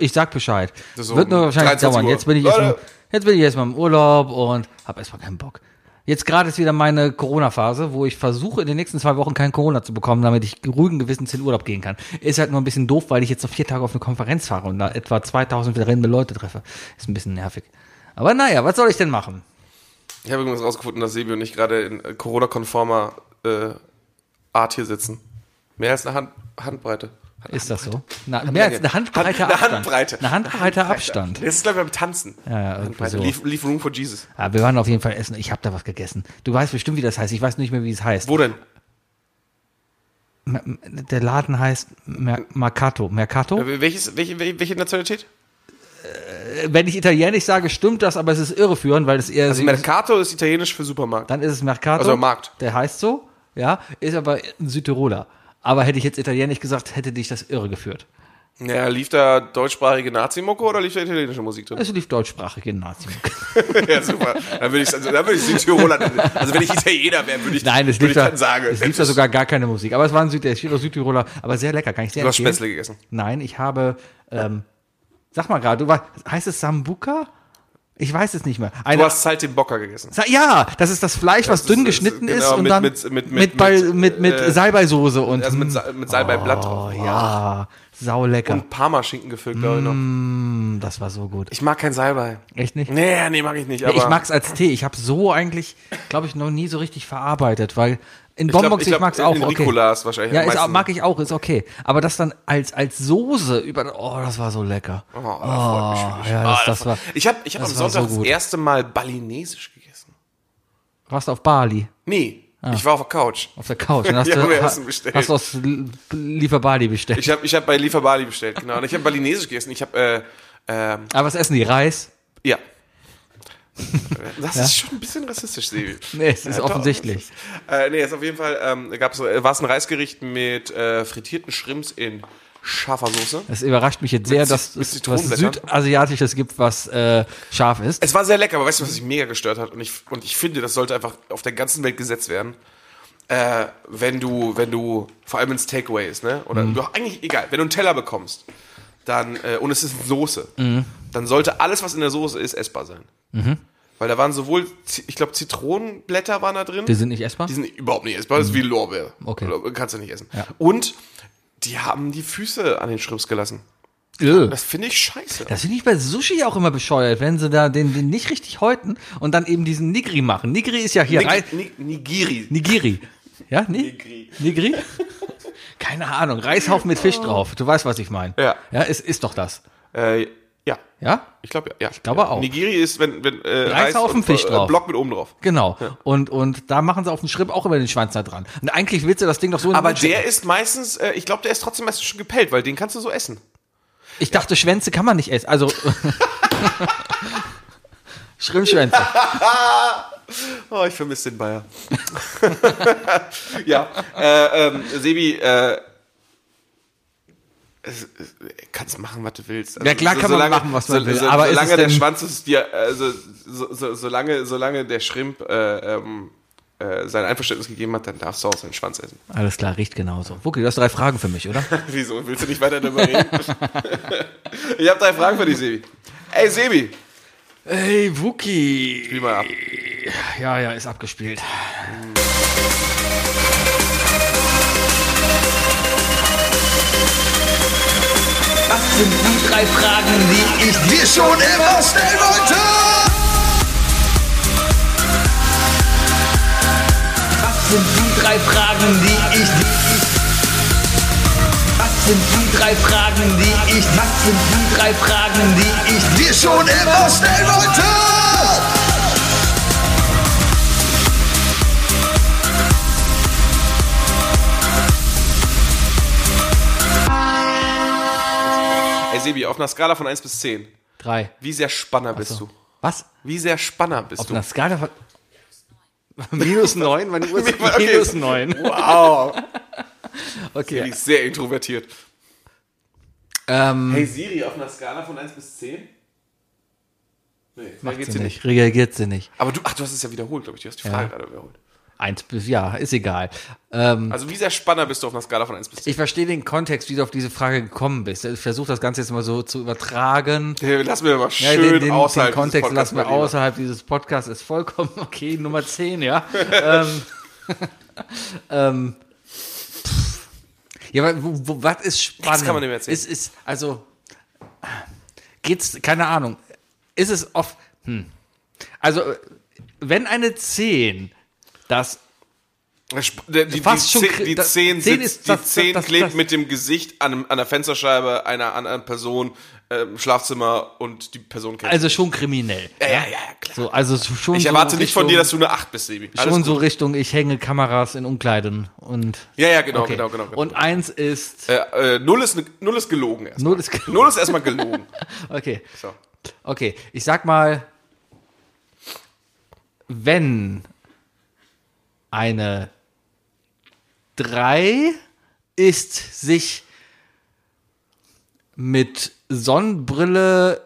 Ich sag Bescheid.
ist so
Wird nur
um
wahrscheinlich
23
dauern.
Uhr.
Jetzt bin ich
Leute.
erstmal, jetzt bin ich erstmal im Urlaub und habe erstmal keinen Bock. Jetzt gerade ist wieder meine Corona-Phase, wo ich versuche, in den nächsten zwei Wochen kein Corona zu bekommen, damit ich ruhigen Gewissens in Urlaub gehen kann. Ist halt nur ein bisschen doof, weil ich jetzt noch vier Tage auf eine Konferenz fahre und da etwa 2000 rennende Leute treffe. Ist ein bisschen nervig. Aber naja, was soll ich denn machen?
Ich habe übrigens rausgefunden, dass Sebi und ich gerade in äh, Corona-konformer äh, Art hier sitzen. Mehr als eine Hand, Handbreite.
Ist das so? Na, mehr als eine Handbreite
Hand- eine
Abstand.
Handbreite.
Eine Handbreite Abstand.
Das ist, glaube ich, beim Tanzen.
Ja, ja, irgendwie
Handbreite.
so.
leave, leave room for Jesus.
Ja, wir waren auf jeden Fall essen. Ich habe da was gegessen. Du weißt bestimmt, wie das heißt. Ich weiß nicht mehr, wie es heißt.
Wo denn?
M- m- Der Laden heißt Mer Mercato. Mercato?
Äh, Welches, welche, welche welche Nationalität?
Wenn ich Italienisch sage, stimmt das, aber es ist irreführend, weil es eher
Also
so-
Mercato ist italienisch für Supermarkt.
dann ist es Mercato.
Also Markt.
Der heißt so, ja, ist aber ein Südtiroler. Aber hätte ich jetzt Italienisch gesagt, hätte dich das irre geführt.
Ja, lief da deutschsprachige Nazi-Mucke oder lief da italienische
<laughs>
Musik drin?
Es lief deutschsprachige
<laughs>
Nazi.
ja, super. Dann würde ich, also, dann würde ich Südtiroler, also wenn ich Italiener wäre, würde ich,
Nein, es
würde
lief,
ich
da,
dann sagen.
es lief da sogar gar keine Musik. Aber es war ein Süd es steht auf Südtiroler, aber sehr lecker, kann ich sehr
Du hast
empfehlen.
Spätzle gegessen.
Nein, ich habe, ähm, sag mal gerade, du war- heißt es Sambuka? Ich weiß es nicht mehr. Eine,
Du hast halt den Bocker gegessen.
Sa- ja, das ist das Fleisch, was dünn
ist-
geschnitten
genau,
ist und
mit-
dann
mit- mit- mit-
mit, Bal- mit, mit,
äh,
Salbeisoße und
Also mit, Sa- mit Salbeiblatt
oh
drauf.
ja, saulecker.
Und Parmaschinken gefüllt, glaube ich, noch.
Hm, das war so gut.
Ich mag kein Salbei.
Echt nicht?
Nee, nee, mag ich nicht. Aber
ich mag's als Tee. Ich habe so eigentlich, glaube ich, noch nie so richtig verarbeitet, weil in
glaub-
Bonbons
ich
ich,
glaub,
mag's
in-
auch.
in
Okay.
Ricolas wahrscheinlich
Ja,
am
ist, auch-
meisten.
mag ich auch, ist okay. Aber das dann als als Soße über, oh, das war so lecker. Oh,
Ah,
ja, das, das war.
ich habe ich hab am
das war
Sonntag
so
das
gut.
erste Mal balinesisch gegessen.
Warst du auf Bali?
Nee,
Ah.
ich war auf der Couch.
Auf der Couch. Und hast,
Ja,
du,
haben wir
ha-
Essen bestellt.
hast du aus L- Liefer Bali bestellt.
Ich habe ich hab bei Liefer Bali bestellt, genau. Und ich habe balinesisch gegessen. Ich habe, äh, ähm,
Aber was essen die? Reis?
ja. Das ist schon ein bisschen rassistisch, Sebi.
Nee, es ist
Ja, doch,
offensichtlich.
Äh, nee, jetzt auf jeden Fall ähm, gab's, äh, war es ein Reisgericht mit äh, frittierten Shrimps in scharfer Soße.
Es überrascht mich jetzt sehr,
Mit-
dass
mit
es was
Zitronenblättern?
Südasiatisches gibt, was äh, scharf ist.
Es war sehr lecker, aber weißt du, was mich mega gestört hat? Und ich, und ich finde, das sollte einfach auf der ganzen Welt gesetzt werden. Äh, wenn du, wenn du, vor allem ins Takeaway ist, ne?
Mhm.
Oder doch eigentlich egal, wenn du einen Teller bekommst, dann, äh, und es ist Soße,
Mhm.
dann sollte alles, was in der Soße ist, essbar sein. Weil da waren sowohl, Zi- ich glaube, Zitronenblätter waren da drin.
Die sind nicht essbar?
Die sind überhaupt nicht essbar, das ist wie Lorbeer.
Okay.
Lorbeer Kannst du nicht essen. Und die haben die Füße an den Schrimps gelassen.
Äh.
Das finde ich scheiße.
Das finde ich bei Sushi auch immer bescheuert, wenn sie da den, den nicht richtig häuten und dann eben diesen Nigri machen. Nigri ist ja hier
Nig-
rein.
Nig- Nigiri.
Nigiri. Ja, Ni
Nigri.
Nigri? Keine Ahnung, Reishaufen mit Fisch drauf. Du weißt, was ich meine.
Ja.
Ja, es ist doch das.
Äh, ja.
Ja?
Ich glaube ja. ja. Ich
glaube
ja.
auch.
Nigiri ist, wenn, wenn äh,
Reis auf dem
und,
Fisch
äh,
drauf.
Block mit oben drauf.
Genau. Und, und da machen sie auf den Schrimp auch immer den Schwanz da dran. Und eigentlich willst du das Ding doch so in den
Aber
Mund stecken.
der ist meistens, äh, ich glaube, der ist trotzdem meistens schon gepellt, weil den kannst du so essen.
Ich dachte, Schwänze kann man nicht essen. Also. <laughs> Schrimpschwänze.
Oh, ich vermisse den Bayer. <laughs> ja, äh, ähm, Sebi, äh, es- es- kannst machen, was du willst. Also,
Ja, klar kann man machen, was man
so,
will,
So,
aber ist
solange
es
der
denn-
Schwanz ist dir, also so, so, solange, solange der Schrimp äh, ähm, äh, sein Einverständnis gegeben hat, dann darfst du auch seinen Schwanz essen.
Alles klar, riecht genauso. Wucki, du hast drei Fragen für <laughs> mich, oder?
Wieso? Willst du nicht weiter darüber <laughs> reden? ich habe drei Fragen für dich, Sebi. Ey, Sebi,
Ey, Wuki.
spiel mal ab.
Ja, ja, ist abgespielt.
Das sind die drei Fragen, die ich dir schon immer stellen wollte. Was sind die drei Fragen, die ich Was sind die drei Fragen, die ich Was sind die drei Fragen, die ich dir schon immer stellen wollte?
Ey, Sebi, auf einer Skala von 1 bis 10,
Drei.
wie sehr Spanner bist
So.
du?
Was?
Wie sehr Spanner bist
Auf
du?
einer Skala von. <laughs> Minus neun, meine Uhr <laughs> sagt
Okay.
minus neun.
Wow. Die
<laughs> Okay.
ist sehr introvertiert.
Ähm,
Hey Siri, auf einer Skala von 1 bis 10? Nee, da
macht
geht's
sie
dir
nicht.
nicht.
Reagiert sie nicht.
Aber du, ach, du hast es ja wiederholt, glaube ich. Du hast die Frage gerade wiederholt.
Eins bis, ja, ist egal. Ähm,
Also, wie sehr Spanner bist du auf einer Skala von 1 bis 10?
ich verstehe den Kontext, wie du auf diese Frage gekommen bist. Also Ich versuche das Ganze jetzt mal so zu übertragen.
Hey, lass mir mal
Ja,
schön
den, den,
außerhalb
den Kontext
dieses Podcasts
lassen wir
mal lieber.
außerhalb dieses Podcasts, ist vollkommen okay, <laughs> Nummer 10, ja.
<laughs>
ähm, <laughs> ähm, pff. ja, aber wo, wo, was ist spannend?
kann man dem erzählen.
Ist, ist, also, geht's, keine Ahnung, ist es oft, hm. also, wenn eine 10 das
Die, die,
Fast schon
die,
kri-
Zeh- die
das-
Zehen,
Zehen
sitzt,
ist das-
die
das-
Zehen
das-
klebt
das-
mit dem Gesicht an, einem- an der Fensterscheibe einer anderen Person äh, im Schlafzimmer und die Person kennt.
Also schon kriminell.
ja, ja, ja, klar.
So, also schon
Ich
so
erwarte nicht von
Richtung-
dir, dass du eine 8 bist, Sebi. Alles
Schon so
gut.
Richtung, ich hänge Kameras in Umkleiden und.
Ja, ja, genau, genau, genau, genau.
Und eins ist.
äh, äh, null, ist, ne- null ist gelogen erstmal.
Null ist ge-
null ist erstmal gelogen.
Okay.
So.
Okay. Ich sag mal, wenn eine drei ist, sich mit Sonnenbrille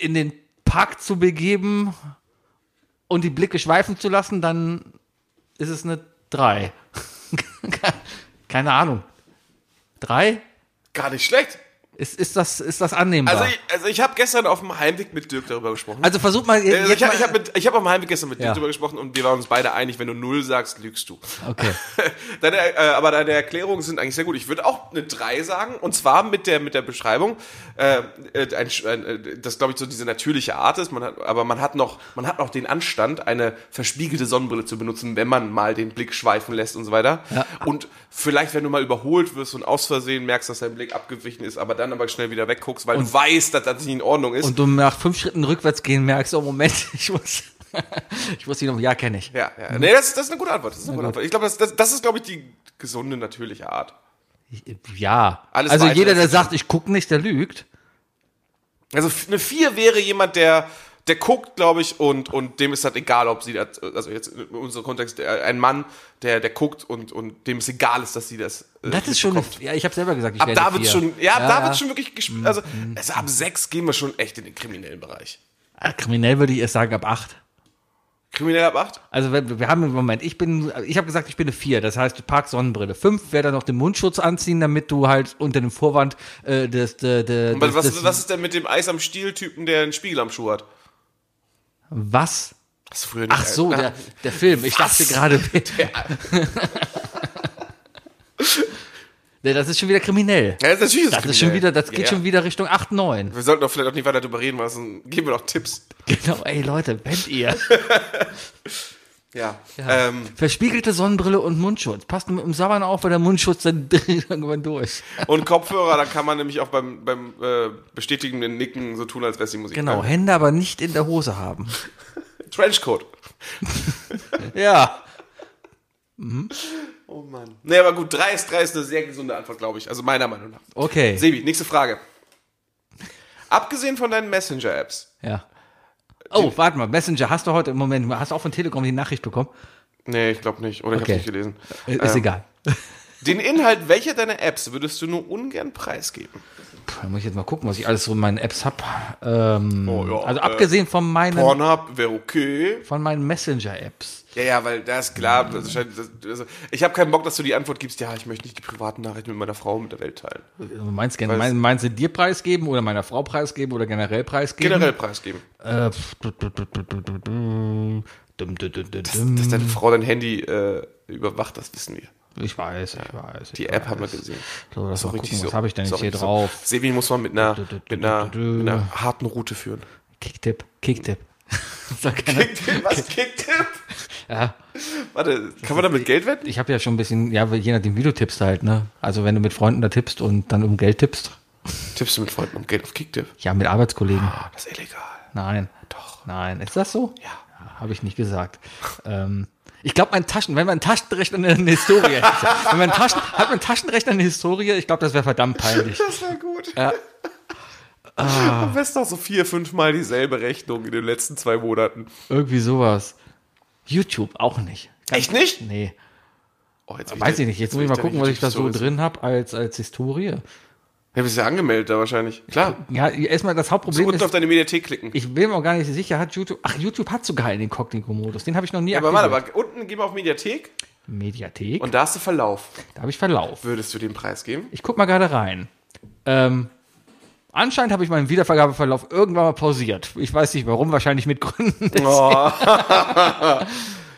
in den Park zu begeben und die Blicke schweifen zu lassen, dann ist es eine drei. <laughs> Keine Ahnung. Drei?
Gar nicht schlecht.
Ist, ist, das, ist das annehmbar?
Also
Also,
ich, also ich habe gestern auf dem Heimweg mit Dirk darüber gesprochen.
versuch mal.
Äh,
jetzt
ich habe
mal-
ich hab mit- ich hab auf dem Heimweg gestern mit
Ja.
Dirk darüber gesprochen und wir waren uns beide einig, wenn du null sagst, lügst du.
okay.
<laughs> Deine, äh, aber deine Erklärungen sind eigentlich sehr gut. Ich würde auch eine 3 sagen, und zwar mit der, mit der Beschreibung, äh, äh, ein, Sch- ein, äh, das glaube ich so diese natürliche Art ist, man hat, aber man hat, noch, man hat noch den Anstand, eine verspiegelte Sonnenbrille zu benutzen, wenn man mal den Blick schweifen lässt und so weiter. Und vielleicht, wenn du mal überholt wirst und aus Versehen merkst, dass dein Blick abgewichen ist, aber dann aber schnell wieder wegguckst, weil du weißt, dass das nicht in Ordnung ist.
Und du nach fünf Schritten rückwärts gehen merkst, oh Moment, <laughs> ich muss, ich muss die noch, ja, kenne ich.
ja, ja. Nee, das, das ist eine gute Antwort. Das ist eine gute Antwort. Ich glaube, das, das, das ist, glaube ich, die gesunde, natürliche Art.
Ich- äh, Ja.
Alles
also
Weitere
jeder, der
ist-
sagt, ich gucke nicht, der lügt.
Also f- eine 4 wäre jemand, der der guckt, glaube ich, und, und dem ist das egal, ob sie das, also jetzt in unserem Kontext, äh, ein Mann, der, der guckt und, und dem es egal ist, dass sie das. äh,
Das ist schon, eine,
mitbekommt.
ja, ich habe selber gesagt, ich
Ab
werde
da wird's
vier.
schon, ja, ab
Ja,
da
ja. Mhm.
wird's schon wirklich gespielt. Also, also ab 6 gehen wir schon echt in den kriminellen Bereich.
Ah, Kriminell würde ich erst sagen, ab acht.
Kriminell ab 8?
Also wir, wir haben im Moment, ich bin, ich habe gesagt, ich bin eine vier. das heißt, du park Sonnenbrille. Fünf wäre dann noch den Mundschutz anziehen, damit du halt unter dem Vorwand äh, des, des, des,
Was, was,
des,
was ist denn mit dem Eis am Stiel-Typen, der einen Spiegel am Schuh hat?
was?
Hast du früher nicht ne?
Ach so,
Äh, Na,
der, der Film. Ich dachte gerade.
<laughs>
<laughs> nee, das ist schon wieder kriminell.
Ja, das ist, natürlich
Das ist schon wieder, das geht
ja,
schon
ja.
wieder Richtung 8, <laughs> 9.
Wir sollten doch vielleicht auch nicht weiter darüber reden, weil sonst geben wir doch Tipps.
Genau, ey Leute, pennt ihr.
Ja. Ähm,
Verspiegelte Sonnenbrille und Mundschutz. Passt mit dem Sabbern auf, weil der Mundschutz dann <laughs> irgendwann durch.
Und Kopfhörer, da kann man nämlich auch beim, beim äh, bestätigenden Nicken so tun, als wäre es die Musik.
Genau,
Ne?
Hände aber nicht in der Hose haben.
Trenchcoat.
Ja.
Oh Mann. Nee, aber gut, drei ist, drei ist eine sehr gesunde Antwort, glaube ich. Also meiner Meinung nach.
Okay.
Sebi, nächste Frage. Abgesehen von deinen Messenger-Apps.
Ja. Oh, warte mal, Messenger, hast du heute im Moment, hast du auch von Telekom die Nachricht bekommen?
Nee, ich glaube nicht. Oder ich
Okay.
habe nicht gelesen.
Äh, Ist egal.
Den Inhalt welcher deiner Apps würdest du nur ungern preisgeben?
Puh, Da muss ich jetzt mal gucken, was ich alles so in meinen Apps hab. Ähm,
Oh, ja,
also
äh,
abgesehen von meinen,
Pornhub wäre okay.
von meinen Messenger-Apps.
Ja, ja, weil da ist klar. Das ist halt, das, also ich habe keinen Bock, dass du die Antwort gibst, ja, ich möchte nicht die privaten Nachrichten mit meiner Frau und mit der Welt teilen.
Mhm. Also Meinst, du- mein, meinst du dir preisgeben oder meiner Frau preisgeben oder generell preisgeben?
Generell preisgeben.
Äh, pff, du- du- du- du- du- du- dum, dum, dum, dum, dum.
Dass deine Frau dein Handy äh, überwacht, das wissen wir.
Ich weiß, ich weiß.
Die App haben wir gesehen.
So, lass mal
Richtig
gucken, was habe ich denn jetzt hier drauf?
Sebi muss man mit einer,
Du, du, du,
mit einer,
du, du.
mit einer harten Route führen.
<laughs> Kicktipp, Kicktipp. <laughs> Sag keiner.
Was? Kicktipp?
Ja,
Warte, kann man damit Geld wetten?
ich habe ja schon ein bisschen, ja, je nachdem, wie du tippst halt, ne? Also wenn du mit Freunden da tippst und dann um Geld tippst.
Tippst du mit Freunden um Geld auf Kicktipp?
Ja, mit Arbeitskollegen.
Ah, das ist illegal.
Nein.
Doch.
Nein. Ist das so?
Ja.
Habe ich nicht gesagt. ähm, ich glaube, mein Taschen, wenn mein Taschenrechner eine eine Historie <laughs> hätte. wenn mein Taschen, hat mein Taschenrechner eine Historie? Ich glaube, das wäre verdammt peinlich.
Das war gut. <laughs> Du wirst doch so vier, fünf Mal dieselbe Rechnung in den letzten zwei Monaten.
Irgendwie sowas. YouTube auch nicht.
Echt nicht?
Nee.
Oh, jetzt
Weiß ich nicht. Jetzt muss ich mal gucken, was ich da so
drin.
drin habe als, als Historie.
Ja, bist ja angemeldet da wahrscheinlich. Klar.
Ja, erstmal das Hauptproblem
Unten auf
ist,
deine Mediathek klicken.
ich bin mir auch gar nicht sicher, hat YouTube, ach, YouTube hat sogar einen Inkognito-Modus. Den habe ich noch nie
Ja, aber warte, aber unten gehen wir auf Mediathek
Mediathek,
und da hast du Verlauf.
da habe ich Verlauf.
Würdest du den Preis geben?
Ich guck mal gerade rein. Ähm, anscheinend habe ich meinen Wiedervergabeverlauf irgendwann mal pausiert. Ich weiß nicht warum, wahrscheinlich mit Gründen.
Oh.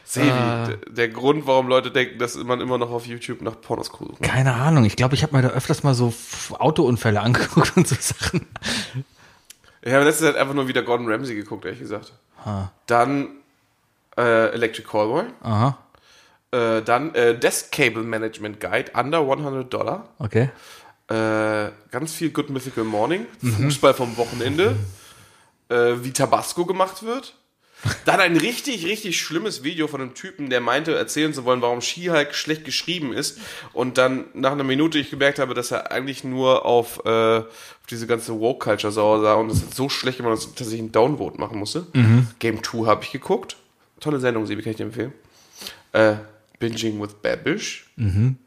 Sevi,
Ah.
d- der Grund, warum Leute denken, dass man immer noch auf YouTube nach Pornos
<laughs>
guckt.
Keine Ahnung, ich glaube, ich habe mir da öfters mal so F- Autounfälle angeguckt <laughs> und so Sachen.
Ich habe letzte Zeit einfach nur wieder Gordon Ramsay
Ah.
geguckt, ehrlich gesagt. Dann äh, Electric Callboy.
Aha.
Äh, dann äh, Desk Cable Management Guide, under 100 Dollar.
Okay.
Äh, ganz viel Good Mythical Morning, Fußball vom Wochenende, äh, wie Tabasco gemacht wird. Dann ein richtig, richtig schlimmes Video von einem Typen, der meinte, erzählen zu wollen, warum She-Hulk schlecht geschrieben ist. Und dann nach einer Minute ich gemerkt habe, dass er eigentlich nur auf, äh, auf diese ganze Woke-Culture sauer sah und es ist so schlecht gemacht, dass- dass ich einen Downvote machen musste. Game 2 habe ich geguckt. Tolle Sendung, Sebi, kann ich dir empfehlen. Äh, Binging with Babish. Dann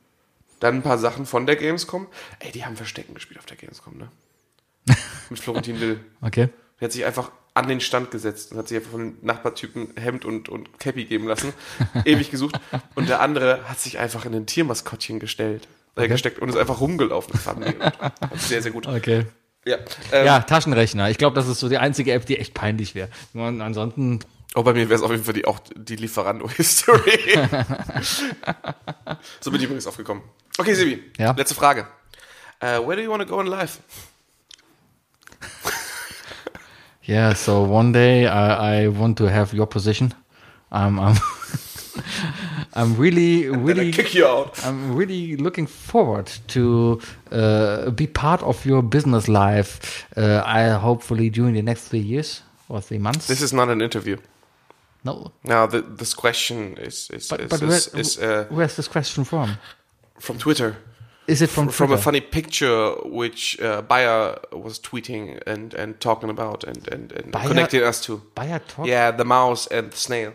ein paar Sachen von der Gamescom. Ey, die haben Verstecken gespielt auf der
<laughs>
Gamescom, ne? Mit Florentin Will.
Okay.
Der hat sich einfach an den Stand gesetzt und hat sich einfach von den Nachbartypen Hemd und, und Cappy geben
<laughs>
lassen. Ewig gesucht. Und der andere hat sich einfach in ein Tiermaskottchen gestellt. Äh, gesteckt und ist einfach rumgelaufen. Das fanden
<laughs>
wir sehr, sehr gut.
Okay.
Ja. Ähm,
Ja, Taschenrechner. Ich glaube, das ist so die einzige App, die echt peinlich wäre. Man, ansonsten,
Oh, bei mir wäre es auf jeden Fall die, auch die Lieferando-History.
<laughs>
so bin ich übrigens aufgekommen. Okay, Sibi,
Ja.
letzte Frage. Äh, where do you want to go in life?
yeah, so one day I, I want to have your position. I'm, I'm, <laughs> I'm really,
Then I
really
kick you out.
I'm really looking forward to uh, be part of your business life. Uh, I hopefully during the next three years or three months.
This is not an interview.
no,
Now, the, this question is, is,
but,
is,
but
is,
where-
is uh,
where's this question from?
from Twitter.
Is it from
From a
Twitter?
funny picture which uh, Bayer was tweeting and, and talking about and, and, and
Bayer-
connecting us to.
Bayer talk?
Yeah, the mouse and the snail.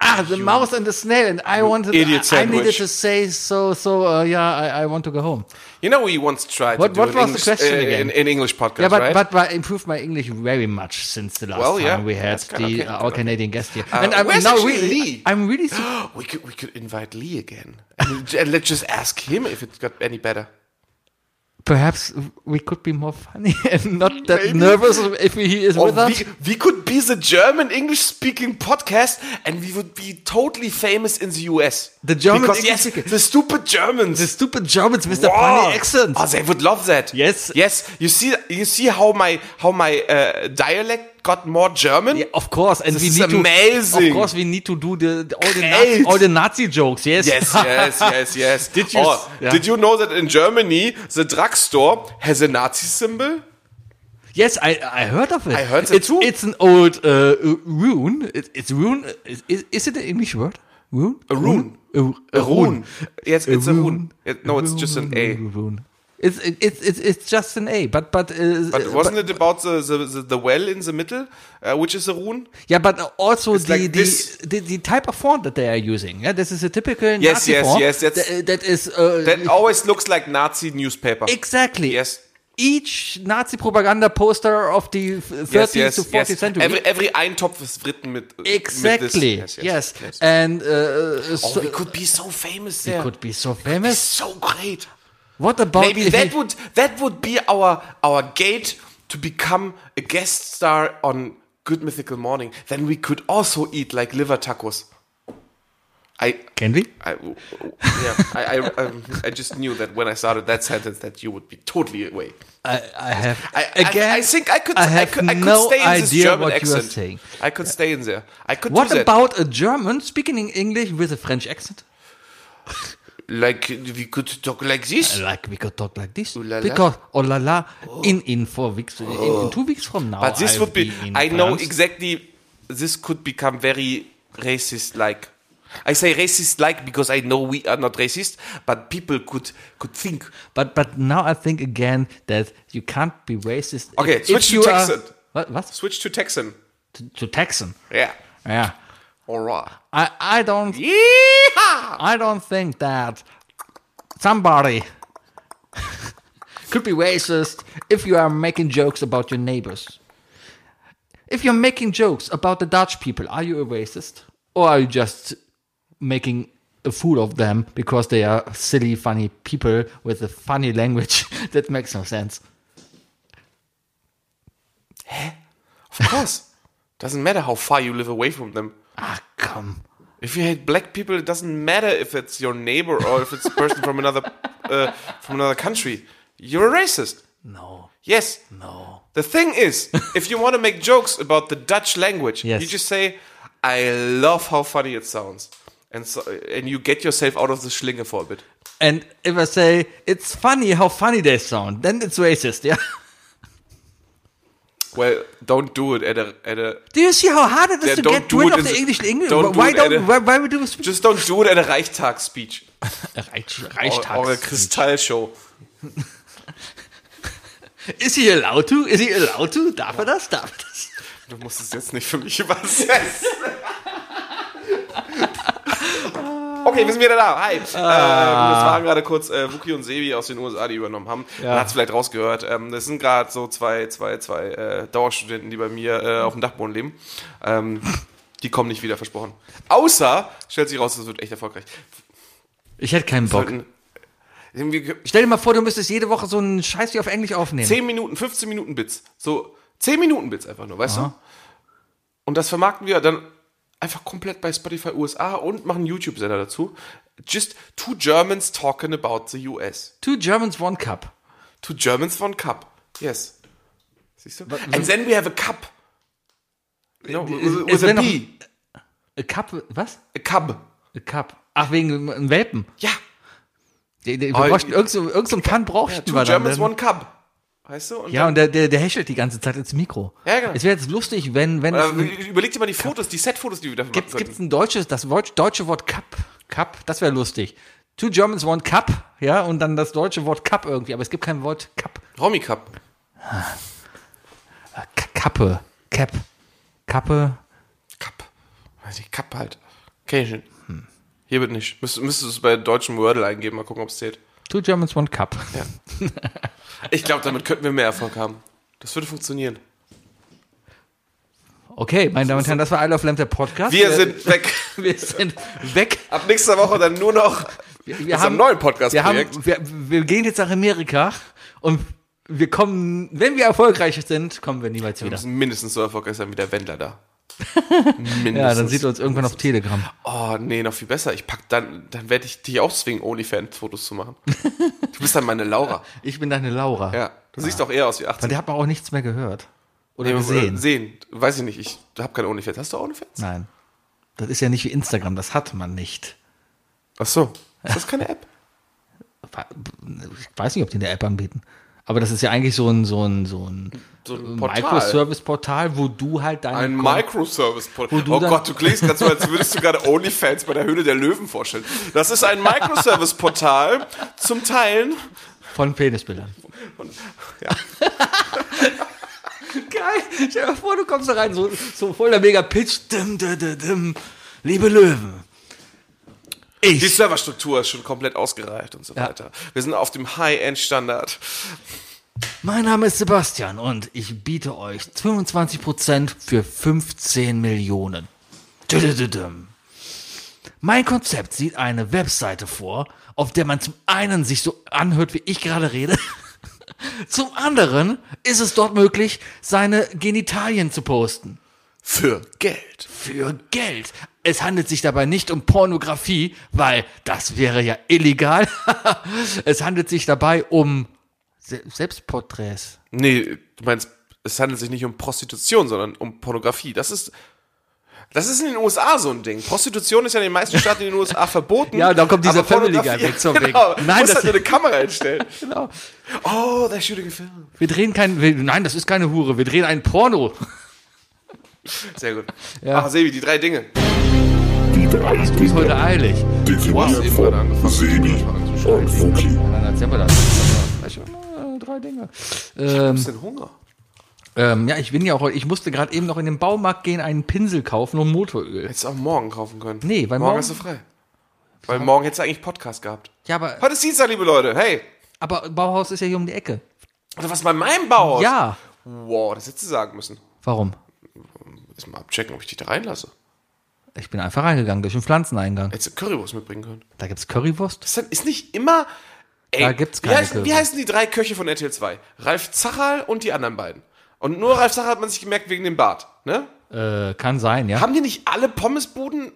Ah, the mouse and the snail, and I wanted. I,
idiot
I
sandwich.
needed to say so. So uh, yeah, I, I want to go home.
You know, we once tried
What-
to do
what
an
was the
English,
question
uh,
again?
In, in English podcast,
yeah, but
right?
but I improved my English very much since the last
Well,
time
yeah,
we had
that's kind of
the
okay,
uh,
kind
our
of okay.
Canadian guest here,
Uh,
and I'm
where's
now
actually
really,
Lee?
I'm really. su-
<gasps> We could we could invite Lee again, and, and let's just ask him if it got any better.
perhaps we could be more funny <laughs> and not that nervous if he is with us.
we, Oh, we could be the German English speaking podcast, and we would be totally famous in the US.
The German
because yes,
English-
the stupid Germans.
The stupid Germans with the
Wow.
funny accent.
Oh, they would love that.
Yes.
yes. You see, you see how my how my uh, dialect got more German.
Yeah, of course, and
This
we
is
need to.
amazing.
Of course, we need to do the, the- all the
Great.
Nazi, all the Nazi jokes. Yes. <laughs>
Yes, yes, yes, yes.
Did you-
Oh,
yeah.
did you know that in Germany the drugstore has a Nazi symbol?
Yes, I I heard of it.
I heard it
it's,
too.
It's an old uh, rune. It, it's rune. Is, is, is it an English word? Rune. A
rune.
A, a rune.
Yes, it's a rune. It- no,
A
it's just an A.
Rune. It's it's it's it's just an A. But but. Uh,
Äh, But wasn't it about the, the, the, the well in the middle, uh, which is a rune?
Yeah, but also the,
like
the,
this.
the the type of font that they are using. Yeah, this is a typical
Yes,
Nazi
yes,
font.
yes, that's-
that, that is uh,
That always looks like Nazi newspaper.
exactly
Yes.
each Nazi propaganda poster of the f- 13th
Yes, yes,
to 14th
yes.
century.
Every, every Eintopf is written with with this.
exactly.
Yes, yes, yes.
and uh, so,
Oh, we could be so famous
it
there.
could be so famous.
so great.
What about
Maybe
if
that
we-
would that would be our our gate to become a guest star on Good Mythical Morning. Then we could also eat like liver tacos. I
can we?
I, w- w- yeah, I, I, um, I just knew that when I started that sentence that you would be totally away.
I, I have
I,
again.
I, I think I could,
I
I,
have
could, I could
no
stay in this
idea
German
what you are
accent.
saying.
I could stay in there. I could
What
do that.
about a German speaking in English with a French accent?
like we could talk like this?
Like we could talk like this
la la.
because oh la la in in four weeks in, in two weeks from now.
But this
I
would be.
in
I know
France.
exactly. This could become very racist-like. I say racist-like because I know we are not racist, but people could could think.
But but now I think again that you can't be racist.
Okay,
if,
switch
if
to
you are-
Texan.
What what
Switch to Texan.
to, to Texan?
Yeah.
Yeah,
All right.
I I don't
Yeehaw!
I don't think that somebody <laughs> could be racist if you are making jokes about your neighbors. If you're making jokes about the Dutch people, are you a racist? Or are you just making a fool of them because they are silly, funny people with a funny language <laughs> that makes no sense?
Of course. Doesn't matter how far you live away from them.
Ah, come.
If you hate black people, it doesn't matter if it's your neighbor or if it's a person from another <laughs> uh, from another country. You're a racist.
No,
Yes.
no.
The thing is, if you want to make jokes about the Dutch language,
Yes.
you just say, "I love how funny it sounds." And, so, and you get yourself out of the Schlinge for a bit.
And if I say, it's funny how funny they sound, then it's racist, yeah?
Well, don't do it at a, at a
Do you see how hard it is
Yeah,
to
don't
get
do
rid
it
of
in
the
the-
English language?
don't do
why
it
don't,
in
why, why we do this? <laughs>
just don't do it at a Reichstagsspeech. Eure
Reichstags.
Kristallshow.
Is he allowed to? Is he allowed to? Darf er das? Darf er das?
Du musst es jetzt nicht für mich übersetzen. Okay, wir sind wieder da. Hi. Äh, gut, das waren gerade kurz äh, Wookie und Sebi aus den USA, die übernommen haben. Man hat es vielleicht rausgehört. Ähm, das sind gerade so zwei, zwei, zwei äh, Dauerstudenten, die bei mir äh, auf dem Dachboden leben. Ähm, die kommen nicht wieder, versprochen. Außer, stellt sich raus, das wird echt erfolgreich.
Ich hätte keinen Bock.
Sollten- Irgendwie
Stell dir mal vor, du müsstest jede Woche so einen Scheiß wie auf Englisch aufnehmen.
10 Minuten, 15 Minuten Bits. So 10 Minuten Bits einfach nur, weißt du? Und das vermarkten wir dann einfach komplett bei Spotify USA und machen einen YouTube-Sender dazu. Just two Germans talking about the US.
Two Germans, one cup.
Two Germans, one cup. Yes. Siehst du? And then we have a cup. No, with a
Äh, wenn noch-
B.
A cup, was?
A cub.
A cup. Ach, wegen einem Welpen.
Ja.
Die- die- Wir
Oh,
bräuchten irgend so, irgend so einen Pan bräuchten
Two
wir dann.
Germans,
dann.
one cub. Weißt du? Und
Ja, und der, der, der hechelt die ganze Zeit ins Mikro.
Ja, genau.
Es wäre jetzt lustig, wenn, wenn es
dann,
ein,
äh, überleg dir mal die Fotos, die Set-Fotos, die wir dafür
gibt's,
machen
gibt's
könnten.
ein deutsches, das Wort, deutsche Wort Cup, Cup, das wäre lustig. Two Germans, one cup, ja, und dann das deutsche Wort Cup irgendwie, aber es gibt kein Wort Cup.
Romy Cup.
Äh, K- Kappe, Cap, Kappe,
Kapp. Also die Kapp halt. Kenn ich nicht. Hm. Hier wird nicht. Müsst, müsstest du es bei deutschem Wordle eingeben, mal gucken, ob es zählt.
Two Germans, one cup.
Ich glaube, damit könnten wir mehr Erfolg haben. Das würde funktionieren.
Okay, meine Damen und Herren, das war I Love Lamp, der Podcast.
Wir sind weg.
<laughs> wir sind weg.
Ab nächster Woche dann nur noch
Wir
unserem
haben,
neuen podcast
wir, haben wir, wir gehen jetzt nach Amerika und wir kommen, wenn wir erfolgreich sind, kommen wir niemals
Wir
wieder.
müssen mindestens so erfolgreich sein wie der Wendler da. Mindestens.
<laughs> Ja, dann sieht er uns irgendwann auf Telegram.
Oh, nee, noch viel besser. Ich pack dann, dann werde ich dich auch zwingen, OnlyFans-Fotos zu machen. Du bist dann
<laughs>
meine Laura.
Ich bin deine Laura.
Ja. Du siehst doch eher aus wie 18.
Von der hat man auch nichts mehr gehört. Oder
Nee,
gesehen.
Sehen. Weiß ich nicht. Ich habe keine OnlyFans. Hast du OnlyFans?
Nein. Das ist ja nicht wie Instagram, das hat man nicht.
Ach so. Ist das keine App?
Ich weiß nicht, ob die eine App anbieten. Aber das ist ja eigentlich so ein, so ein, so ein, äh,
So ein Portal.
Microservice-Portal, wo du halt deine.
Ein
Kon-
Microservice
Wo
Portal.
du
Oh
dann-
Gott, du klingst gerade so, als würdest du gerade OnlyFans bei der Höhle der Löwen vorstellen. Das ist ein Microservice Portal zum Teilen.
Von Penisbildern.
<laughs>
<laughs> Geil. Stell dir mal vor, du kommst da rein, so, so voll der Mega-Pitch. Dim, dim, dim, dim. Liebe Löwen.
Die
Ich.
Serverstruktur ist schon komplett ausgereift und so weiter. Wir sind auf dem High-End-Standard.
Mein Name ist Sebastian und ich biete euch 25% für 15 Millionen. Düdüdüdüm. Mein Konzept sieht eine Webseite vor, auf der man zum einen sich so anhört, wie ich gerade rede. <laughs> Zum anderen ist es dort möglich, seine Genitalien zu posten
Für Geld.
für Geld. Es handelt sich dabei nicht um Pornografie, weil das wäre ja illegal. <laughs> es handelt sich dabei um Se Selbstporträts.
Nee, du meinst, es handelt sich nicht um Prostitution, sondern um Pornografie. Das ist. Das ist in den USA so ein Ding. Prostitution ist ja in den meisten Staaten in den USA verboten.
Ja, und dann kommt dieser
aber
Family Guy
Pornografie-
weg, so wegen.
<laughs> genau,
Nein,
Nein, musst
das-
das halt nur eine Kamera hinstellen.
Genau.
Oh, they're shooting a film.
Wir drehen keinen, wir, nein, das ist keine Hure, wir drehen einen Porno.
Sehr gut. Ach, Sebi, die drei Dinge.
Die drei
Ist heute
Dinge
eilig.
definiert von Sebi und Wookie.
Dann erzählen wir das. Äh, Drei Dinge. Ähm,
bisschen Hunger.
ähm, ja, ich bin ja auch, ich musste gerade eben noch in den Baumarkt gehen, einen Pinsel kaufen und Motoröl.
Hättest du auch morgen kaufen können.
Nee, weil
morgen
morgen-
hast du frei. Weil morgen hättest du eigentlich Podcast gehabt.
Ja, aber,
Heute ist Dienstag, liebe Leute. Hey.
aber Bauhaus ist ja hier um die Ecke.
Oder was bei meinem Bauhaus?
Ja.
Wow, das hättest du sagen müssen.
Warum?
Jetzt mal abchecken, ob ich dich da reinlasse.
Ich bin einfach reingegangen durch den Pflanzeneingang.
Hättest du Currywurst mitbringen können.
Da gibt's Currywurst.
Das ist nicht immer. Ey,
Da gibt's
wie,
keine
heißen, wie
Currywurst.
heißen die drei Köche von RTL 2? Ralf Zachal und die anderen beiden. Und nur Ralf Zachal hat man sich gemerkt wegen dem Bart, ne?
Äh, kann sein, ja.
Haben die nicht alle Pommesbuden?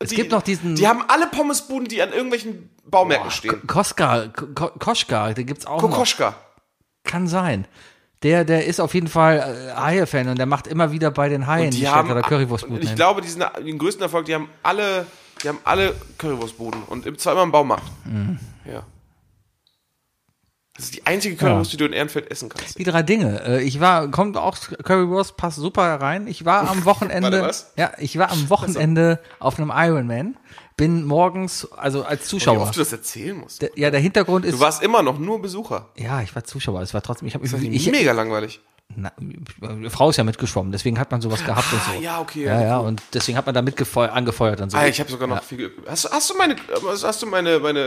Es gibt noch diesen-
Die haben alle Pommesbuden, die an irgendwelchen Baumärkten stehen.
Ko- Koska, Ko- Ko- Koschka, der gibt's auch noch.
Kokoschka.
Kann sein. Der, der ist auf jeden Fall äh, Haie-Fan und der macht immer wieder bei den Haien
Die
stellt
haben,
er da
und
Currywurstbuden
ich
hin.
glaube, die sind den größten Erfolg, die haben alle Die haben alle Currywurstbuden und im- zwar immer im Baumarkt.
Mhm.
Ja. Das ist die einzige Currywurst, die du in Ehrenfeld essen kannst.
Die drei Dinge. Äh, Ich war, kommt auch Currywurst, passt super rein. Ich war
<laughs>
am Wochenende,
Warte, was?
ja, ich war am Wochenende auf einem Ironman. Bin morgens, also als
Oh, Wie
Zuschauer.
oft du das erzählen musst.
Der- Ja, der Hintergrund
Du
ist,
warst immer noch nur Besucher.
ja, ich war Zuschauer. Es war trotzdem, ich habe,
Das ist
ich, ich,
mega langweilig.
na, meine Frau ist ja mitgeschwommen, deswegen hat man sowas gehabt und so.
Ah, ja, okay,
Ja,
ja,
ja, und deswegen hat man da mitgefeuert, angefeuert und so.
Ah, ich habe sogar noch viel. ge- Hast, du- hast du meine, hast du meine, meine,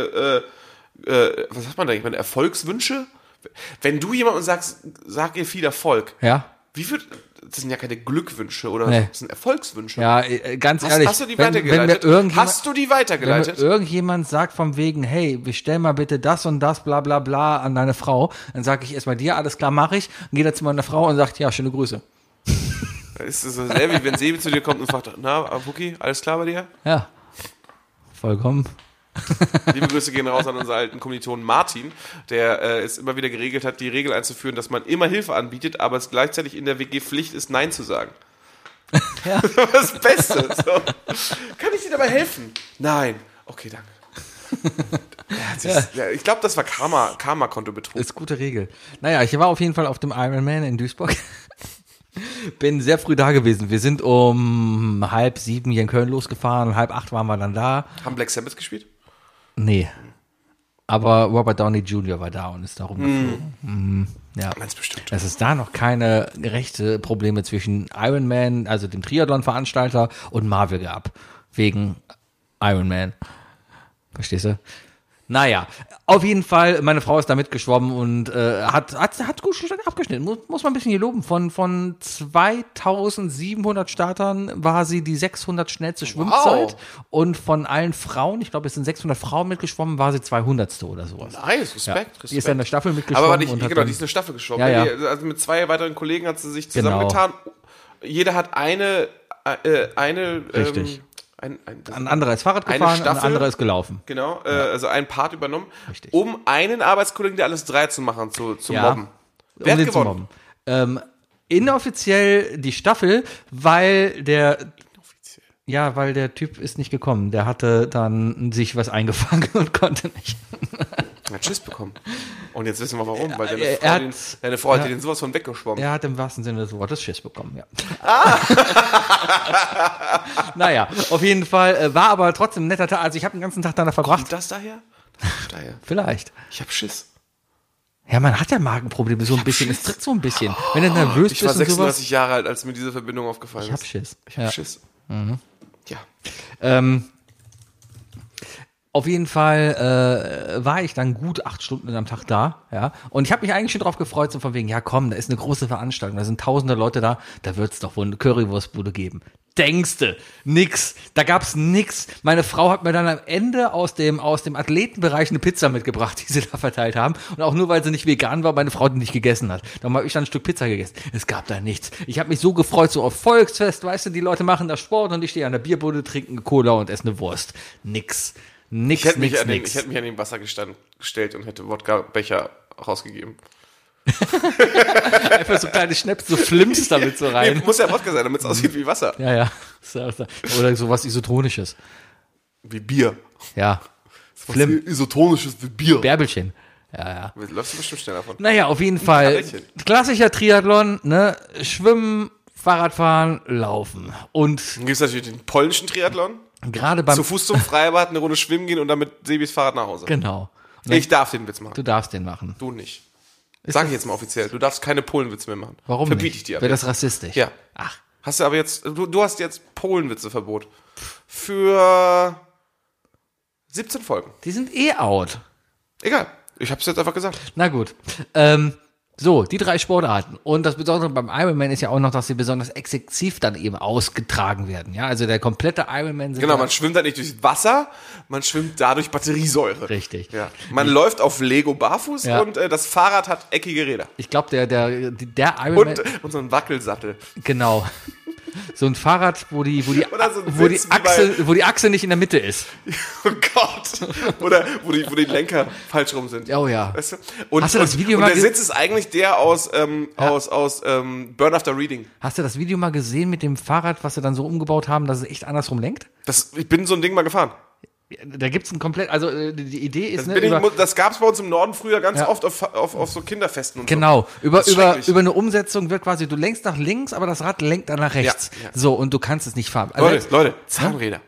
äh, äh, was sagt man da eigentlich? Meine Erfolgswünsche? Wenn du jemandem sagst, sag ihr viel Erfolg.
ja.
Wie viel? Das sind ja keine Glückwünsche oder
Nee.
das sind Erfolgswünsche.
Ja, äh, ganz
hast,
ehrlich.
hast du die
wenn, wenn mir
weitergeleitet?
irgendjemand,
hast du die
wenn mir
weitergeleitet?
irgendjemand sagt vom wegen, hey, bestell mal bitte das und das, bla bla bla an deine Frau, dann sage ich erstmal dir, alles klar, mache ich. Dann geht er zu meiner Frau und sagt, ja, schöne Grüße.
Ist es so sehr wie wenn Sebi zu dir kommt und fragt, na, Wookie, alles klar bei dir?
Ja. Vollkommen.
Liebe Grüße gehen raus an unseren alten Kommilitonen Martin, der äh, es immer wieder geregelt hat, die Regel einzuführen, dass man immer Hilfe anbietet, aber es gleichzeitig in der WG Pflicht ist, Nein zu <laughs> sagen.
Ja.
<laughs> Das Beste. So. Kann ich dir dabei helfen? Nein. Okay, <laughs> danke. Ja, das ist- ja, ich glaube, das war Karma, Karma-Kontobetrug.
Ist gute Regel. Naja, ich war auf jeden Fall auf dem Ironman in Duisburg. <laughs> Bin sehr früh da gewesen. Wir sind um halb sieben hier in Köln losgefahren, um halb acht waren wir dann da.
Haben Black Sabbath gespielt?
Nee. Aber Robert Downey Jr. war da und ist da rumgeflogen. Mm. Ja.
Ganz bestimmt.
Dass es da noch keine rechte Probleme zwischen Iron Man, also dem Triathlon-Veranstalter, und Marvel gab. Wegen Iron Man. Verstehst du? Naja, auf jeden Fall, meine Frau ist da mitgeschwommen und äh, hat, hat, hat gut abgeschnitten. Muss, muss man ein bisschen hier loben. Von, von 2700 Startern war sie die 600 schnellste Schwimmzeit. Und von allen Frauen, ich glaube, es sind 600 Frauen mitgeschwommen, war sie 200. oder sowas.
Nice, Ah, Respekt. Respekt.
Die ist ja in der Staffel mitgeschwommen.
Aber warte, ich,
und hat
genau,
dann-
die ist eine Staffel geschoben.
Ja, ja.
Die- Also mit zwei weiteren Kollegen hat sie sich
Genau.
zusammengetan. Jeder hat eine, äh, eine,
Richtig.
Ähm, ein, ein,
Ein anderer ist Fahrrad
Eine
gefahren, ein
Staffel?
anderer ist gelaufen.
genau, äh, also ein Part übernommen,
Richtig.
um einen Arbeitskollegen, der alles drei zu machen, zu, zu mobben. Wer
um
hat
den zu
gewonnen?
mobben. Ähm, inoffiziell die Staffel, weil der ja, weil der Typ ist nicht gekommen. Der hatte dann sich was eingefangen <laughs> und konnte nicht.
Er hat Schiss bekommen. Und jetzt wissen wir warum, weil deine
Er- er
Frau,
hat-
den, deine Frau hat
ja.
den sowas von weggeschwommen.
Er hat im wahrsten Sinne des Wortes Schiss bekommen, ja.
Ah!
<laughs> naja, auf jeden Fall äh, war aber trotzdem ein netter Tag. Also ich habe den ganzen Tag danach verbracht.
Kommt das daher? Das kommt daher.
Vielleicht.
Ich hab Schiss.
Ja, man hat ja Magenprobleme so ein bisschen. Es tritt so ein bisschen. Wenn du nervös
Ich war
bist und sowas.
36 Jahre alt, als mir diese Verbindung aufgefallen
Ich hab
ist.
Schiss.
Ich hab
Ja. Mhm.
Schiss. Ja.
Ähm, auf jeden Fall äh, war ich dann gut acht Stunden am Tag da, ja. Und ich habe mich eigentlich schon drauf gefreut, so von wegen, ja komm, da ist eine große Veranstaltung, da sind tausende Leute da, da wird's doch wohl eine Currywurstbude geben. Denkste, nix, da gab's nix. Meine Frau hat mir dann am Ende aus dem aus dem Athletenbereich eine Pizza mitgebracht, <laughs> die sie da verteilt haben. Und auch nur weil sie nicht vegan war, meine Frau die nicht gegessen hat. Darum habe ich dann ein Stück Pizza gegessen. Es gab da nichts. Ich habe mich so gefreut, so auf Volksfest, weißt du, die Leute machen da Sport und ich stehe an der Bierbude, trinke eine Cola und esse eine Wurst. Nix. Nix,
Ich hätte mich,
nix,
an den-
nix.
ich hätte mich an den Wassergestand gestellt und hätte Wodka-Becher rausgegeben.
Einfach so kleine Schnäpps, so
<laughs>
Flimps damit so
Nee,
rein. Mhm.
muss ja Wodka sein, damit es aussieht wie Wasser.
Ja, ja. So, so. Oder sowas Isotonisches.
Wie Bier.
Ja. Flim.
Isotonisches wie Bier.
Bärbelchen.
Läufst du bestimmt schneller von.
Naja, auf jeden Fall.
Bärbelchen.
Klassischer Triathlon, ne? Schwimmen, Fahrradfahren, Laufen. Und
Dann gibt es natürlich den polnischen Triathlon.
gerade beim.
Zu Fuß zum Freibad, eine Runde schwimmen gehen und dann mit Sebis Fahrrad nach Hause.
Genau.
Ich darf den Witz
Du
machen.
darfst den machen.
Du nicht. Sag ich jetzt mal offiziell. Du darfst keine Polenwitze mehr machen.
Warum
Verbiete
nicht?
ich dir. ab
Wäre
jetzt.
das rassistisch?
Ja.
Ach,
Hast du aber jetzt, du, du hast jetzt Polenwitzeverbot. Für 17 Folgen.
die sind eh out.
Egal. Ich hab's jetzt einfach gesagt.
Na gut. Ähm, so, die drei Sportarten. Und das Besondere beim Ironman ist ja auch noch, dass sie besonders exzessiv dann eben ausgetragen werden. Ja, also der komplette Ironman sind
Genau,
ja-
man schwimmt halt nicht durchs Wasser, man schwimmt dadurch Batteriesäure.
Richtig.
Ja. Man läuft auf Lego barfuß
Ja.
und äh, das Fahrrad hat eckige Räder.
Ich glaube, der, der, der Ironman.
<laughs> Und, äh, und so einen Wackelsattel.
Genau. so ein Fahrrad, wo die, wo die,
Oder so ein
wo die
Sitz wie
Achse, wo die Achse nicht in der Mitte ist.
Oh Gott. Oder wo die, wo die Lenker falsch rum sind.
Oh ja.
Weißt du? Und,
Hast du das Video
und,
mal
und der
ge-
Sitz ist eigentlich der aus, ähm, aus, aus ähm, Burn After Reading.
Hast du das Video mal gesehen mit dem Fahrrad, was sie dann so umgebaut haben, dass es echt andersrum lenkt?
Das, ich bin so ein Ding mal gefahren.
Ja, Da gibt's ein komplett, also äh, die- die Idee ist,
Das,
ne,
bin ich,
über,
mu- das gab's bei uns im Norden früher ganz
Ja.
oft auf, auf, auf so Kinderfesten und
Genau, über,
Das ist
über,
schrecklich.
über eine Umsetzung wird quasi, du lenkst nach links, aber das Rad lenkt dann nach rechts.
ja.
So, und du kannst es nicht fahren.
so.
Also,
Leute, Leute, Zahnräder.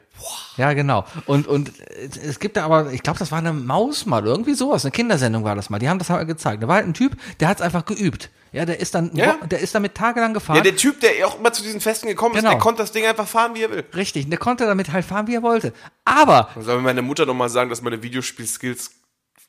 Ja, genau. Und, und es- es gibt da aber, ich glaube, das war eine Maus mal, irgendwie sowas, eine Kindersendung war das mal. Die haben das mal gezeigt. Da war halt ein Typ, der hat es einfach geübt. Ja, der ist dann,
Ja.
der ist damit tagelang gefahren.
Ja, der Typ, der auch immer zu diesen Festen gekommen
Genau.
ist, der konnte das Ding einfach fahren, wie er will.
Richtig, und der konnte damit halt fahren, wie er wollte. Aber
Soll mir meine Mutter nochmal sagen, dass meine Videospiel-Skills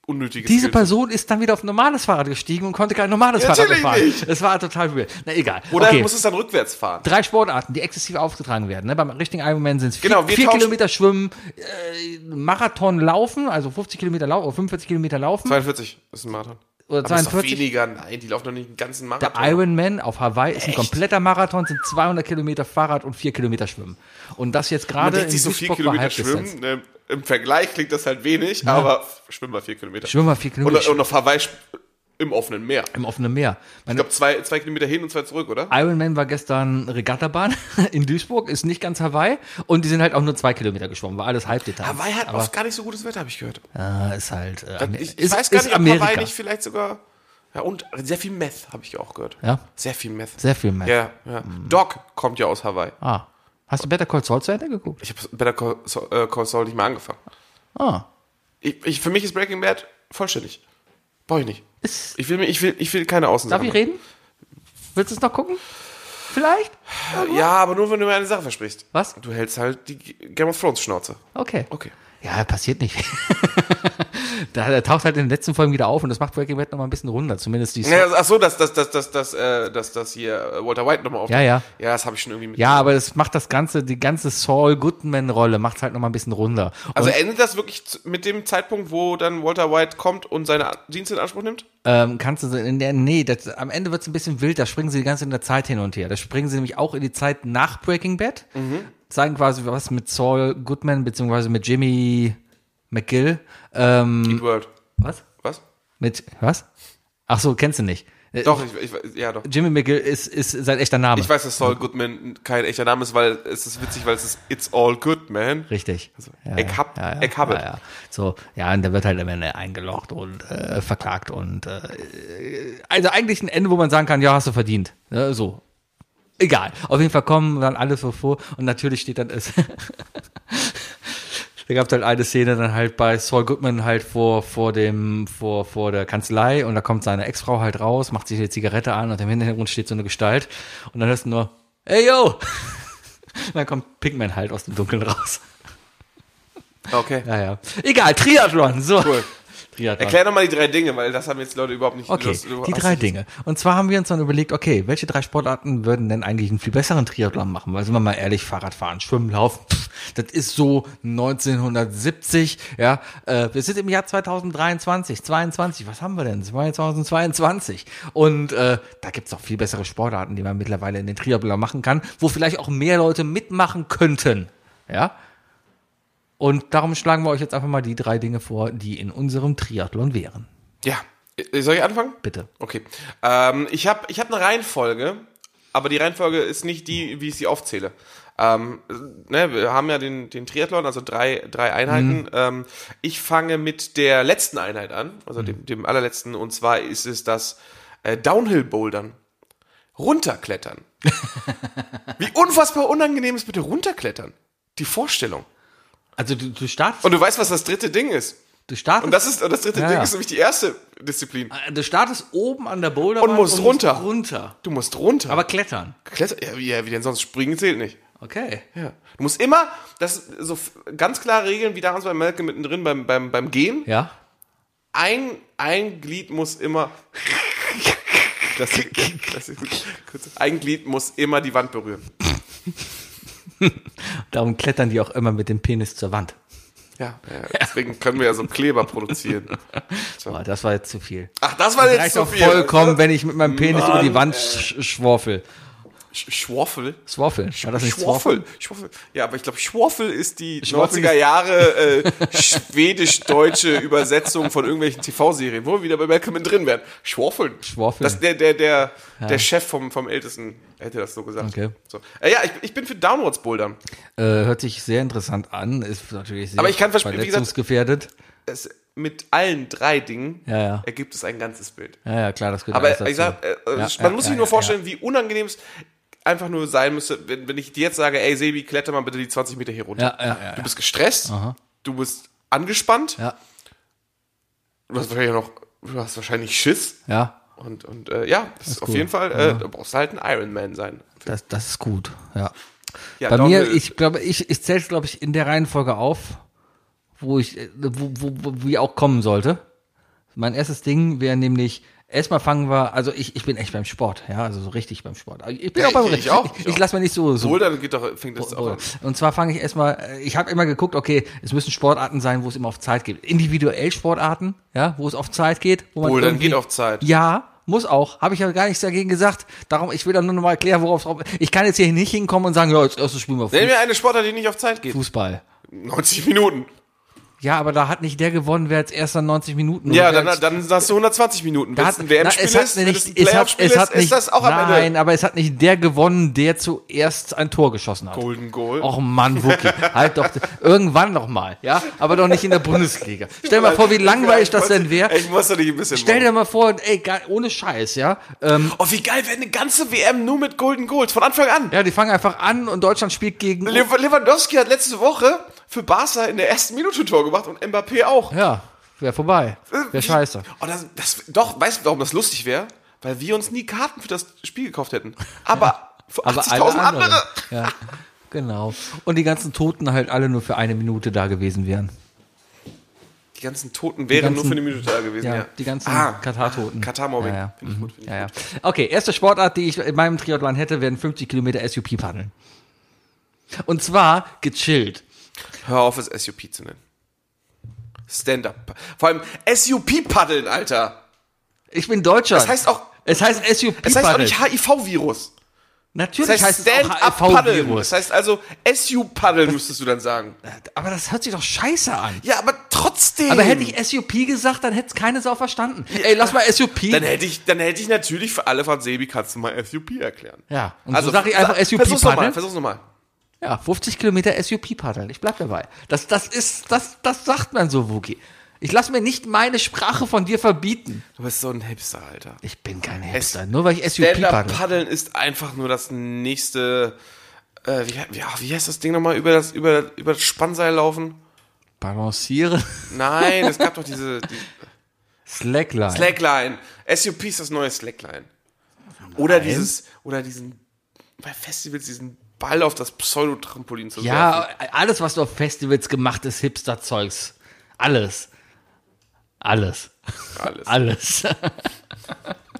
unnötige
diese
Skills sind?
Person ist dann wieder auf ein normales Fahrrad gestiegen und konnte kein normales Fahrrad
Natürlich
mehr fahren.
nicht.
Das war total weird. Na egal.
Oder
okay.
muss es dann rückwärts fahren?
Drei Sportarten, die exzessiv aufgetragen werden. Ne? Beim richtigen Ironman sind es vier,
Genau, wir
vier
tauschen-
Kilometer Schwimmen, äh, Marathon laufen, also 50 Kilometer laufen oder 45 Kilometer laufen
42 ist ein Marathon.
oder
Aber ist doch
42.
weniger, nein, die laufen doch nicht den ganzen
Der
Marathon.
Ironman auf Hawaii ist ein kompletter Marathon, sind 200 Kilometer Fahrrad und 4 Kilometer Schwimmen. Und das jetzt
Man
gerade
denkt sich so vier
Duisburg war
Kilometer
Halbdistanz.
schwimmen. Ne? Im Vergleich klingt das halt wenig, aber schwimmen wir vier Kilometer.
Schwimmen wir vier Kilometer.
Und, und auf Hawaii sch- im offenen Meer. Ich
Im offenen Meer. Meine
glaube, zwei, zwei Kilometer hin und zwei zurück, oder?
Ironman war gestern Regattabahn <laughs> in Duisburg, ist nicht ganz Hawaii. Und die sind halt auch nur 2 Kilometer geschwommen, war alles Halbdistanz.
Hawaii hat
Aber,
oft gar nicht so gutes Wetter, habe ich gehört.
äh, ist halt, äh, Amer-
Ich, ich
ist,
weiß gar
ist
nicht, ob
Amerika.
Hawaii nicht vielleicht sogar. Ja, und sehr viel Meth, habe ich auch gehört.
Ja.
Sehr viel Meth.
Sehr viel Meth. Mhm.
Ja, ja. Doc kommt ja aus Hawaii.
Ah. Hast du Better Call Saul zu Ende geguckt?
Ich habe Better Call Saul, äh, Call Saul nicht mal angefangen.
Ah.
Ich, ich, für mich ist Breaking Bad vollständig. Brauche ich nicht.
Ist,
Ich will, mir- ich will, ich will keine
darf
Außensachen.
ich reden? Willst du es noch gucken? Vielleicht?
Ja, aber nur wenn du mir eine Sache versprichst.
Was?
Du hältst halt die Game of Thrones Schnauze.
Okay.
Okay.
Ja, passiert nicht. <laughs> da, der taucht halt in den letzten Folgen wieder auf und das macht Breaking Bad nochmal ein bisschen runter, zumindest die
Ja, ach so, dass das, das, das, das, äh, dass das hier äh, Walter White nochmal auf.
Ja, ja.
Ja, das habe ich schon irgendwie mit.
Ja, aber das macht das ganze, die ganze Saul Goodman-Rolle macht halt nochmal ein bisschen runter.
Also endet das wirklich zu- mit dem Zeitpunkt, wo dann Walter White kommt und seine A- Dienste in Anspruch nimmt?
Ähm, kannst du so in der, nee, das, am Ende wird's ein bisschen wild, da springen sie die ganze Zeit in der Zeit hin und her. Da springen sie nämlich auch in die Zeit nach Breaking Bad,
Mhm.
zeigen quasi, was mit Saul Goodman beziehungsweise mit Jimmy McGill, ähm,
Deep World.
was?
Was?
Mit, was? Ach so, kennst du nicht. Äh,
Doch, ich, ich ja doch.
Jimmy McGill ist, ist sein echter Name.
Ich weiß, dass Saul Goodman kein echter Name ist, weil es ist witzig, weil es ist It's All Good, man.
Richtig.
ich hab- ich habe.
Ja, ja. So, ja, und der wird halt am Ende eingelocht und äh, verklagt und äh, also eigentlich ein Ende, wo man sagen kann, ja, hast du verdient. Ne, so. Egal. Auf jeden Fall kommen dann alle so vor und natürlich steht dann es. <laughs> Da gab es halt eine Szene dann halt bei Saul Goodman halt vor, vor dem, vor, vor der Kanzlei und da kommt seine Ex-Frau halt raus, macht sich eine Zigarette an und im Hintergrund steht so eine Gestalt und dann hörst du nur, ey yo! <laughs> Und dann kommt Pigman halt aus dem Dunkeln raus.
Okay.
Ja, ja. Egal, Triathlon. So. Cool. Triathlon.
Erklär nochmal die drei Dinge, weil das haben jetzt die Leute überhaupt nicht
okay,
Lust- über-
die
hast
drei
du-
Dinge. Und zwar haben wir uns dann überlegt, okay, welche drei Sportarten würden denn eigentlich einen viel besseren Triathlon machen? Weil sind wir mal ehrlich, Fahrradfahren, Schwimmen, Laufen, pff, das ist so 1970, ja. Äh, wir sind im Jahr 2023, 22, was haben wir denn? 2022. Und äh, da gibt's doch viel bessere Sportarten, die man mittlerweile in den Triathlon machen kann, wo vielleicht auch mehr Leute mitmachen könnten, ja. Und darum schlagen wir euch jetzt einfach mal die drei Dinge vor, die in unserem Triathlon wären.
Ja. Äh, Soll ich anfangen?
Bitte.
Okay. Ähm, ich habe ich hab eine Reihenfolge, aber die Reihenfolge ist nicht die, wie ich sie aufzähle. Ähm, ne, wir haben ja den, den Triathlon, also drei, drei
Mhm.
Einheiten. Ähm, ich fange mit der letzten Einheit an,
Mhm.
also dem, dem allerletzten, und zwar ist es das äh, Downhill-Bouldern.
<laughs>
Runterklettern. wie unfassbar unangenehm ist bitte runterklettern. Die Vorstellung.
Also du, du startest,
Und du weißt, was das dritte Ding ist.
du startest,
Und das ist und das dritte
Ja,
Ding
ja.
ist nämlich die erste Disziplin.
äh, du startest oben an der Boulder
Und musst runter.
runter,
Du musst runter.
aber klettern.
Kletter, ja, wie, ja, wie denn sonst? Springen zählt nicht.
Okay.
Ja. Du musst immer, das ist so f- ganz klare Regeln, wie damals bei Malcolm mittendrin beim, beim, beim Gehen.
Ja.
Ein, ein Glied muss
<laughs>
immer. Das, das ist gut. Kurz. Ein Glied muss immer die Wand berühren.
Darum klettern die auch immer mit dem Penis zur
<laughs>
Wand.
Ja, ja, deswegen können wir ja so
<laughs>
Kleber produzieren.
Boah, das war jetzt zu viel.
Ach, das war
Das
jetzt
reicht
zu
auch
viel.
vollkommen, wenn ich mit meinem Penis über die Wand sch schworfel.
Sch- Schwoffel.
Swaffel. War das nicht Swaffel?
Schwoffel. Schwoffel. Ja, aber ich glaube, Schwoffel ist die
Schwoffel
90er Jahre äh,
<laughs>
schwedisch-deutsche Übersetzung von irgendwelchen TV-Serien, wo wir wieder bei Malcolm in drin werden. Schwoffel.
Schwoffel.
Das, der, der, der, der Chef vom, vom Ältesten hätte das so gesagt.
Okay.
So. Äh, ja, ich, ich bin für Downwards Bouldern.
Äh, hört sich sehr interessant an. Ist natürlich sehr
Aber ich kann versp- wie gesagt-
verletzungsgefährdet.
Es, mit allen drei Dingen
Ja, ja.
ergibt es ein ganzes Bild.
Ja, ja, klar, das gehört alles
Aber
dazu.
ich sag, äh, äh,
Ja,
man
ja,
muss
ja,
sich nur
ja,
vorstellen, wie unangenehm es einfach nur sein müsste, wenn, wenn ich dir jetzt sage, ey Sebi, kletter mal bitte die 20 Meter hier runter.
Ja, ja, ja,
du bist gestresst, du bist angespannt,
Ja.
du hast wahrscheinlich noch, du hast wahrscheinlich Schiss
Ja, ja.
und, und äh, ja, das ist auf
cool.
jeden Fall, äh, du brauchst halt ein Ironman sein.
Das, das ist gut, ja.
Ja,
Bei
Downhill-
mir, ich glaube, ich, ich zähle es, glaube ich, in der Reihenfolge auf, wo ich, äh, wo, wo, wo, wie auch kommen sollte. Mein erstes Ding wäre nämlich, erstmal fangen wir, also ich, ich bin echt beim Sport, ja, also so richtig beim Sport. Ich bin
Ja,
auch beim
ich- ich auch,
Ich,
ich
ich
auch.
lasse mir nicht so, so
Boulder geht doch,
<laughs>
fängt das auch an.
und zwar fange ich erstmal, äh, ich habe immer geguckt, okay, es müssen Sportarten sein, wo es immer auf Zeit geht. Individuell Sportarten, ja, wo es auf Zeit geht. Wo man
Bouldern
irgendwie-
geht auf Zeit.
Ja, muss auch. Habe ich ja gar nichts dagegen gesagt. Darum, ich will dann nur noch mal erklären, worauf drauf. Ich kann jetzt hier nicht hinkommen und sagen, ja, jetzt erstes spielen wir Fuß,
Nenn mir eine Sportart, die nicht auf Zeit geht.
Fußball.
90 Minuten.
Ja, aber da hat nicht der gewonnen, wer jetzt erst dann 90 Minuten.
Ja,
oder wer
dann,
jetzt-
dann hast du 120 Minuten.
da
Wenn es ein WM-Spiel
es hat
ist, wenn es ein
nicht, es hat,
Playoff-Spiel
es hat
ist,
nicht,
ist das auch
nein,
am Ende.
aber es hat nicht der gewonnen, der zuerst ein Tor geschossen hat.
Golden Goal.
Och Mann,
<laughs>
Wookie, halt doch irgendwann noch mal, ja, aber doch nicht in der Bundesliga. Stell dir mal vor, wie langweilig das denn wäre.
Ich muss da nicht ein bisschen.
Stell dir
machen.
mal vor, ey, ge- ohne Scheiß, ja. Ähm,
Oh, wie geil wäre eine ganze WM nur mit Golden Goals von Anfang an.
ja, die fangen einfach an und Deutschland spielt gegen.
Lew- Lewandowski hat letzte Woche für Barca in der ersten Minute ein Tor gemacht und Mbappé auch. Äh,
Ja, wäre vorbei. Wäre
Wie-
scheiße.
Oh, das, das, doch, weißt du, warum das lustig wäre? Weil wir uns nie Karten für das Spiel gekauft hätten. Aber für
Aber
80.000
alle
andere.
anderen. Ja, genau. Und die ganzen Toten halt alle nur für eine Minute da gewesen wären.
Die ganzen Toten
ganzen-
wären nur für eine Minute da gewesen.
Ja,
Ja,
die ganzen
Ah,
Katar-Toten.
Katar-Mobbing.
Ja, ja. Mhm.
Finde ich gut, finde ich
Ja, ja. Okay, erste Sportart, die ich in meinem Triathlon hätte, wären 50 Kilometer SUP-Paddeln. Und zwar gechillt.
gut. Hör auf, es SUP zu nennen. Stand-up. Vor allem SUP-Paddeln, Alter.
Ich bin Deutscher.
Das heißt auch-
Es heißt
Es heißt auch
SUP-Paddeln.
nicht HIV-Virus.
Natürlich
Das heißt
heißt es auch
Stand-up-Paddeln.
HIV-Virus.
Das heißt also SU-Paddeln, müsstest du dann sagen.
Aber das hört sich doch scheiße an.
Ja, aber trotzdem.
Aber hätte ich SUP gesagt, dann hätte es keine Sau verstanden. Ey, lass mal SUP.
dann hätte ich, dann hätte ich natürlich für alle von Sebi kannst du mal SUP erklären. Also,
Ja, und so sag ich einfach
sa-
SUP
Versuch's nochmal,
paddeln.
versuch's nochmal.
Ja, 50 Kilometer SUP paddeln. Ich bleib dabei. Das, das ist, das, das sagt man so, Wookie. Ich lass mir nicht meine Sprache von dir verbieten.
Du bist so ein Hipster, Alter.
Ich bin kein Hipster, nur weil ich SUP paddel.
Stand-up-Paddeln ist einfach nur das nächste, äh, wie, wie, ah, wie heißt das Ding nochmal? Über das, über, über das Spannseil laufen?
Balanciere.
Nein, es gab doch
<laughs>
diese, die
Slackline.
Slackline. SUP ist das neue Slackline. Oder dieses, oder diesen, bei Festivals diesen Ball auf das Pseudotrampolin zu
ja, alles, was du auf Festivals gemacht ist, Hipster-Zeugs. Alles. Alles.
werfen. Alles.
Alles. <laughs>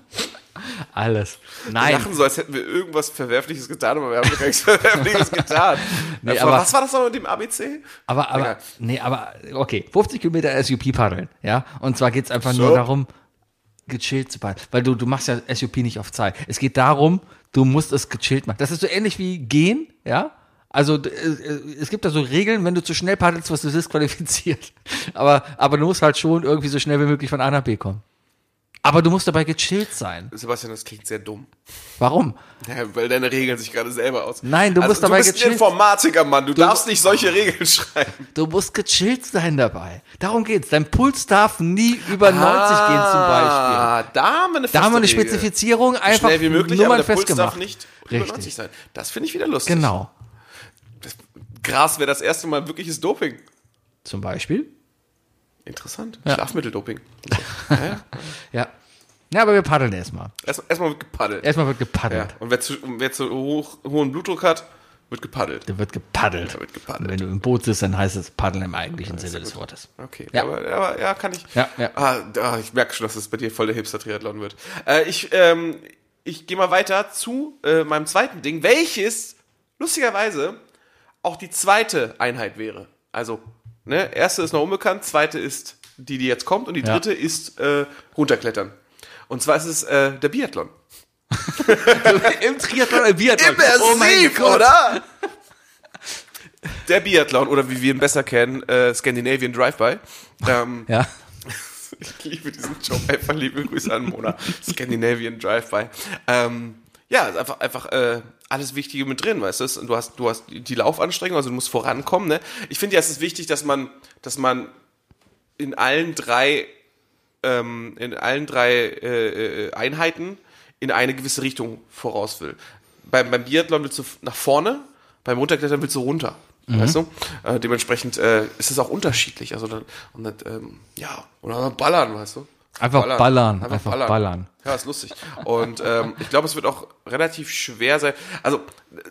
alles.
Wir
Nein.
lachen so, als hätten wir irgendwas Verwerfliches getan, aber wir haben gar
<laughs>
nichts Verwerfliches getan.
Nee,
aber
aber-
was war das noch mit dem ABC?
Aber, aber,
Egal.
nee, aber, okay, 50 Kilometer SUP paddeln, ja. Und zwar geht's einfach nur
So.
darum, gechillt zu paddeln. Weil du, du machst ja SUP nicht auf Zeit. Es geht darum, du musst es gechillt machen. Das ist so ähnlich wie gehen, ja. Also d- äh, es gibt da so Regeln, wenn du zu schnell paddelst, wirst du disqualifiziert. <laughs> Aber, aber du musst halt schon irgendwie so schnell wie möglich von A nach B kommen. Aber du musst dabei gechillt sein.
Sebastian, das klingt sehr dumm.
Warum?
Ja, weil deine Regeln sich gerade selber aus. Also,
Nein, du musst
du
dabei
bist ein
gechillt-
Informatiker, Mann. Du, darfst nicht solche Regeln schreiben.
Du musst gechillt sein dabei. Darum geht's. Dein Puls darf nie über 90 gehen zum Beispiel.
Ah, da haben wir eine,
Da haben wir eine
feste Regel.
Spezifizierung, einfach
Schnell wie möglich,
Nummern
aber der Puls
festgemacht.
darf nicht über
Richtig.
90 sein. Das finde ich wieder lustig.
Genau.
Gras wäre das erste Mal wirkliches Doping.
Zum Beispiel?
Interessant. Schlafmitteldoping.
Ja. Ja, aber wir paddeln erstmal.
Erst- Erstmal wird gepaddelt.
Erstmal wird
ja.
gepaddelt.
Und wer zu, und wer zu hoch, hohen Blutdruck hat, wird gepaddelt.
Da wird gepaddelt.
Da wird gepaddelt.
Und wenn du im Boot sitzt, dann heißt es paddeln im eigentlichen Sinne des Wortes.
Okay,
Ja.
aber, aber ja, kann ich.
Ja, ja.
Ah, da, ich merke schon, dass es bei dir voll der Hipster-Triathlon wird. Äh, ich ähm, ich gehe mal weiter zu äh, meinem zweiten Ding, welches lustigerweise auch die zweite Einheit wäre. Also, ne, erste ist noch unbekannt, zweite ist die, die jetzt kommt und die
Ja.
dritte ist äh, runterklettern. Und zwar ist es äh, der Biathlon.
Im Triathlon, im Biathlon.
Immersiv,
Oh mein Gott.
oder? Der Biathlon, oder wie wir ihn besser kennen, äh, Scandinavian Drive-By. Ähm,
Ja.
Ich liebe diesen Job. Einfach liebe Grüße an Mona. Scandinavian Drive-By. Ähm, ja, ist einfach, einfach äh, alles Wichtige mit drin, weißt du? Es- Du hast, du hast die Laufanstrengung, also du musst vorankommen. Ne? Ich finde ja, es ist wichtig, dass man, dass man in allen drei, ähm, in allen drei äh, äh, Einheiten in eine gewisse Richtung voraus will. Beim, beim Biathlon willst du f- nach vorne, beim Runterklettern willst du runter. Weißt du? Äh, dementsprechend äh, ist es auch unterschiedlich. Also dann, und dann ähm, ja, oder dann ballern, weißt du?
Einfach ballern, einfach ballern.
Ja, ist lustig. Und ähm, ich glaube, es wird auch relativ schwer sein. Also,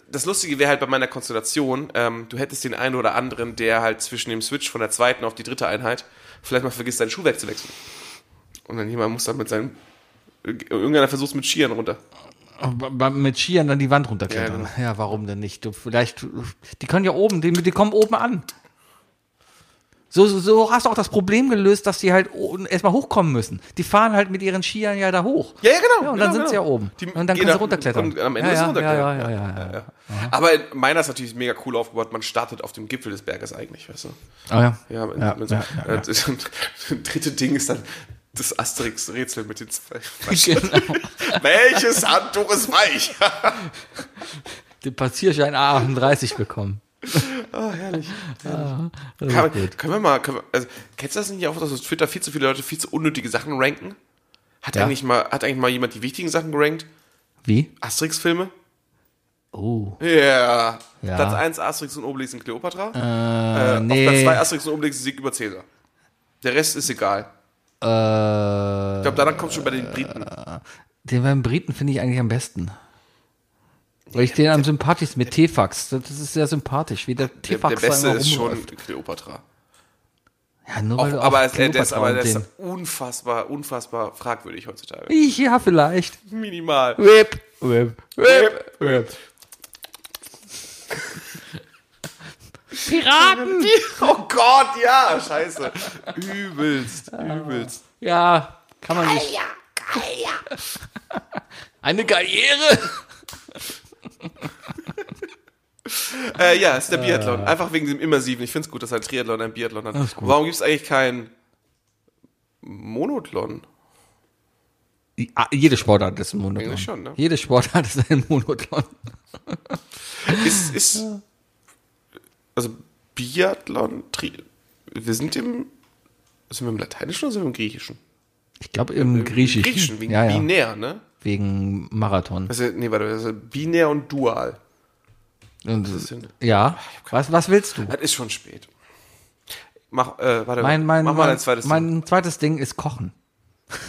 das Lustige wäre halt bei meiner Konstellation, ähm, du hättest den einen oder anderen, der halt zwischen dem Switch von der zweiten auf die dritte Einheit vielleicht mal vergisst, sein Schuhwerk zu wechseln. Und dann jemand muss dann mit seinem. Irgendeiner versucht mit Skiern runter.
B- b- Mit Skiern dann die Wand runterklettern.
Ja, genau.
Ja, warum denn nicht? Du, vielleicht, die können ja oben, die, die kommen oben an. So, so, so hast du auch das Problem gelöst, dass die halt o- erstmal hochkommen müssen. Die fahren halt mit ihren Skiern ja da hoch.
Ja, ja, genau.
Ja, und
genau,
dann sind sie ja
genau.
oben.
Die
und dann
gehen
können sie
nach-
runterklettern.
Und am Ende
ja,
ist
ja,
es runterklettern.
Ja, ja, ja, ja, ja.
Mhm. Aber meiner ist natürlich mega cool aufgebaut. Man startet auf dem Gipfel des Berges eigentlich, weißt du?
Ah, ja.
Ja, mit,
Ja,
mit so,
ja, ja,
äh, <laughs> das dritte Ding ist dann das Asterix-Rätsel mit
<laughs>
den zwei.
Genau.
Welches Handtuch ist weich?
Den Passierschein A38 bekommen. Ah,
oh, herrlich. Kann, man- können wir mal, können wir, also, kennst du das nicht auch, dass auf Twitter viel zu viele Leute viel zu unnötige Sachen ranken? Hat
Ja.
eigentlich mal, hat eigentlich mal jemand die wichtigen Sachen gerankt?
Wie?
Asterix-Filme?
Oh.
Yeah.
Ja.
Platz 1 Asterix und Obelix und Cleopatra.
Äh,
Äh,
nee.
Auf Platz 2 Asterix und Obelix Sieg über Cäsar. Der Rest ist egal. Ich
äh,
glaube, danach kommt schon bei den Briten.
den beim Briten finde ich eigentlich am besten. Weil ich den am sympathischsten mit Tefax. Das ist sehr sympathisch, wie der
Der, der
Tefax da
Beste
immer
ist
rumläuft.
schon Cleopatra.
Ja, nur weil
Auch,
du
aber
auf
es, äh, der ist, aber der
Cleopatra
ist
und
unfassbar, unfassbar fragwürdig heutzutage.
den- Ich, ja, vielleicht.
Minimal.
Whip, whip,
Whip,
whip. Piraten!
<laughs> Oh Gott, ja, scheiße. Übelst, übelst.
Ah. Ja, kann man nicht. <laughs> Eine Karriere!
<laughs> Äh, ja, ist der Biathlon. Einfach wegen dem Immersiven. Ich finde es gut, dass ein Triathlon ein Biathlon hat.
Ah. Das ist gut.
Warum gibt es eigentlich keinen Monothlon?
Ah, jede Sportart ist ein Monothlon.
Eigentlich schon, ne?
Jede Sportart ist ein Monothlon.
Ist, ist, also Biathlon, Tri wir sind im, sind wir im Lateinischen oder sind wir im Griechischen?
Ich glaube im Griechischen.
Griechischen, wegen
ja, ja.
binär, ne?
wegen Marathon.
Also, nee, warte, also binär und dual.
Und,
Ah,
ja. Was, was willst du?
Das ist schon spät. Mach, äh, warte,
Mein, mein,
mach mal
mein,
ein zweites. Ding.
mein zweites Ding ist Kochen. <laughs>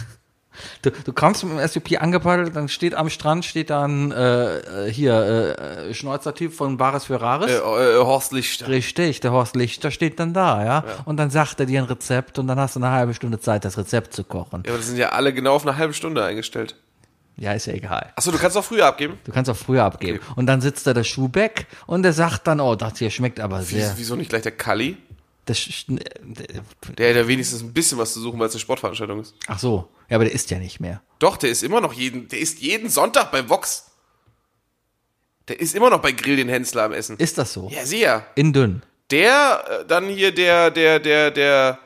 Du, du kommst mit dem SUP angepaddelt, dann steht am Strand, steht dann äh, äh, hier äh, Schnäuzertyp von Bares für Rares.
Äh, äh, Horst Lichter.
Richtig, der Horst Lichter steht dann da, ja? Und dann sagt er dir ein Rezept und dann hast du eine halbe Stunde Zeit, das Rezept zu kochen.
Ja, aber das sind ja alle genau auf eine halbe Stunde eingestellt.
Ja, ist ja egal.
Achso, du kannst auch früher abgeben.
Du kannst auch früher abgeben. Und dann sitzt da der Schuhbeck und der sagt dann, oh, das hier schmeckt aber
Wie,
sehr.
Wieso nicht gleich der Kalli?
Das, sch- äh,
Der hat ja wenigstens ein bisschen was zu suchen, weil es eine Sportveranstaltung ist.
ach so, ja, aber der isst ja nicht mehr.
Doch, der ist immer noch jeden, der ist jeden Sonntag bei Vox. Der ist immer noch bei Grill den Hensler am Essen.
Ist das so?
Ja, sehr.
In dünn.
Der, äh, dann hier der, der, der, der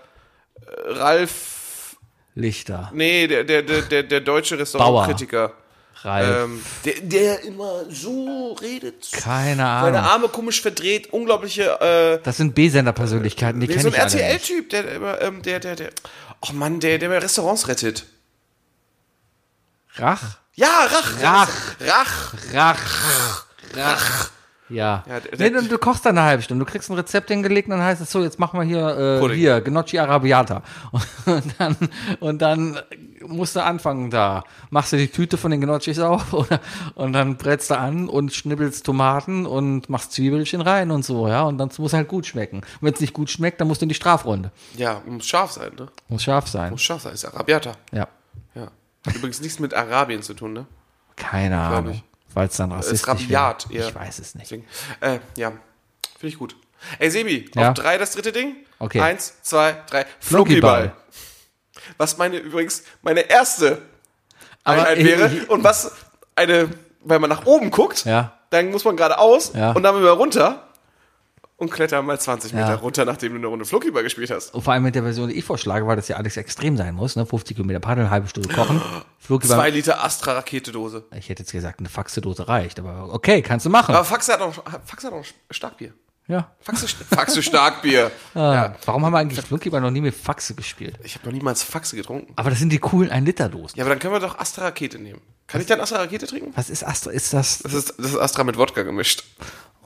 äh, Ralf,
Lichter.
nee, der, der, der, der, der deutsche Restaurantkritiker.
Ralf.
Ähm, der, der immer so redet.
Keine
Seine
Ahnung.
Arme komisch verdreht, unglaubliche, äh,
Das sind B-Sender-Persönlichkeiten, die
Nee,
kenne
so ein
ich alle nicht.
RTL-Typ, der immer, ähm, der, der, der. Oh Mann, der, der mir Restaurants rettet.
Rach?
Ja, Rach,
Rach.
Rach.
Rach. Rach. Ja.
Ja, der-
nee, du, du kochst dann eine halbe Stunde. Du kriegst ein Rezept hingelegt und dann heißt es so, jetzt mach mal hier, äh,
Pudding.
hier, Gnocchi Arabiata. <laughs> Und dann, und dann musst du anfangen da. Machst du die Tüte von den Gnocchis auf <laughs> oder, und dann brätst du an und schnibbelst Tomaten und machst Zwiebelchen rein und so, ja. Und dann muss halt gut schmecken. Und wenn es nicht gut schmeckt, dann musst du in die Strafrunde.
Ja, muss scharf sein, ne?
Muss scharf sein.
Muss scharf sein, ist Arabiata.
Ja.
Ja. Hat übrigens nichts mit Arabien zu tun, ne?
Keine Ahnung.
ich.
Weil es dann rassistisch
rabiat,
wäre.
ja.
Ich weiß es nicht.
Deswegen, äh, ja. Finde ich gut. Ey, Sebi,
Ja.
auf drei das dritte Ding.
Okay.
Eins, zwei, drei.
Flunkyball.
Flunkyball. Was meine, übrigens, meine erste
Aber
Einheit
ich-
wäre
ich-
und was eine, wenn man nach oben guckt,
Ja.
dann muss man geradeaus
Ja.
und dann wieder runter und klettern mal 20 Meter
Ja.
runter, nachdem du eine Runde Flunkyball gespielt hast.
Und vor allem mit der Version, die ich vorschlage, war, dass ja alles extrem sein muss, ne? 50 Kilometer paddeln, halbe Stunde
<gasps>
kochen, Flug
Zwei
über.
Liter Astra-Raketedose.
Ich hätte jetzt gesagt, eine Faxedose reicht, aber okay, kannst du machen.
Aber Faxe hat auch, Faxe hat auch Starkbier.
Ja.
Faxe, Faxe Starkbier.
Ah, Warum haben wir eigentlich Flunkyball noch nie mit Faxe gespielt?
Ich habe noch niemals Faxe getrunken.
Aber das sind die coolen 1-Liter-Dosen.
Ja, aber dann können wir doch Astra-Rakete nehmen. Kann ich dann Astra-Rakete trinken?
Was ist Astra? Ist das?
Das ist, das ist Astra mit Wodka gemischt.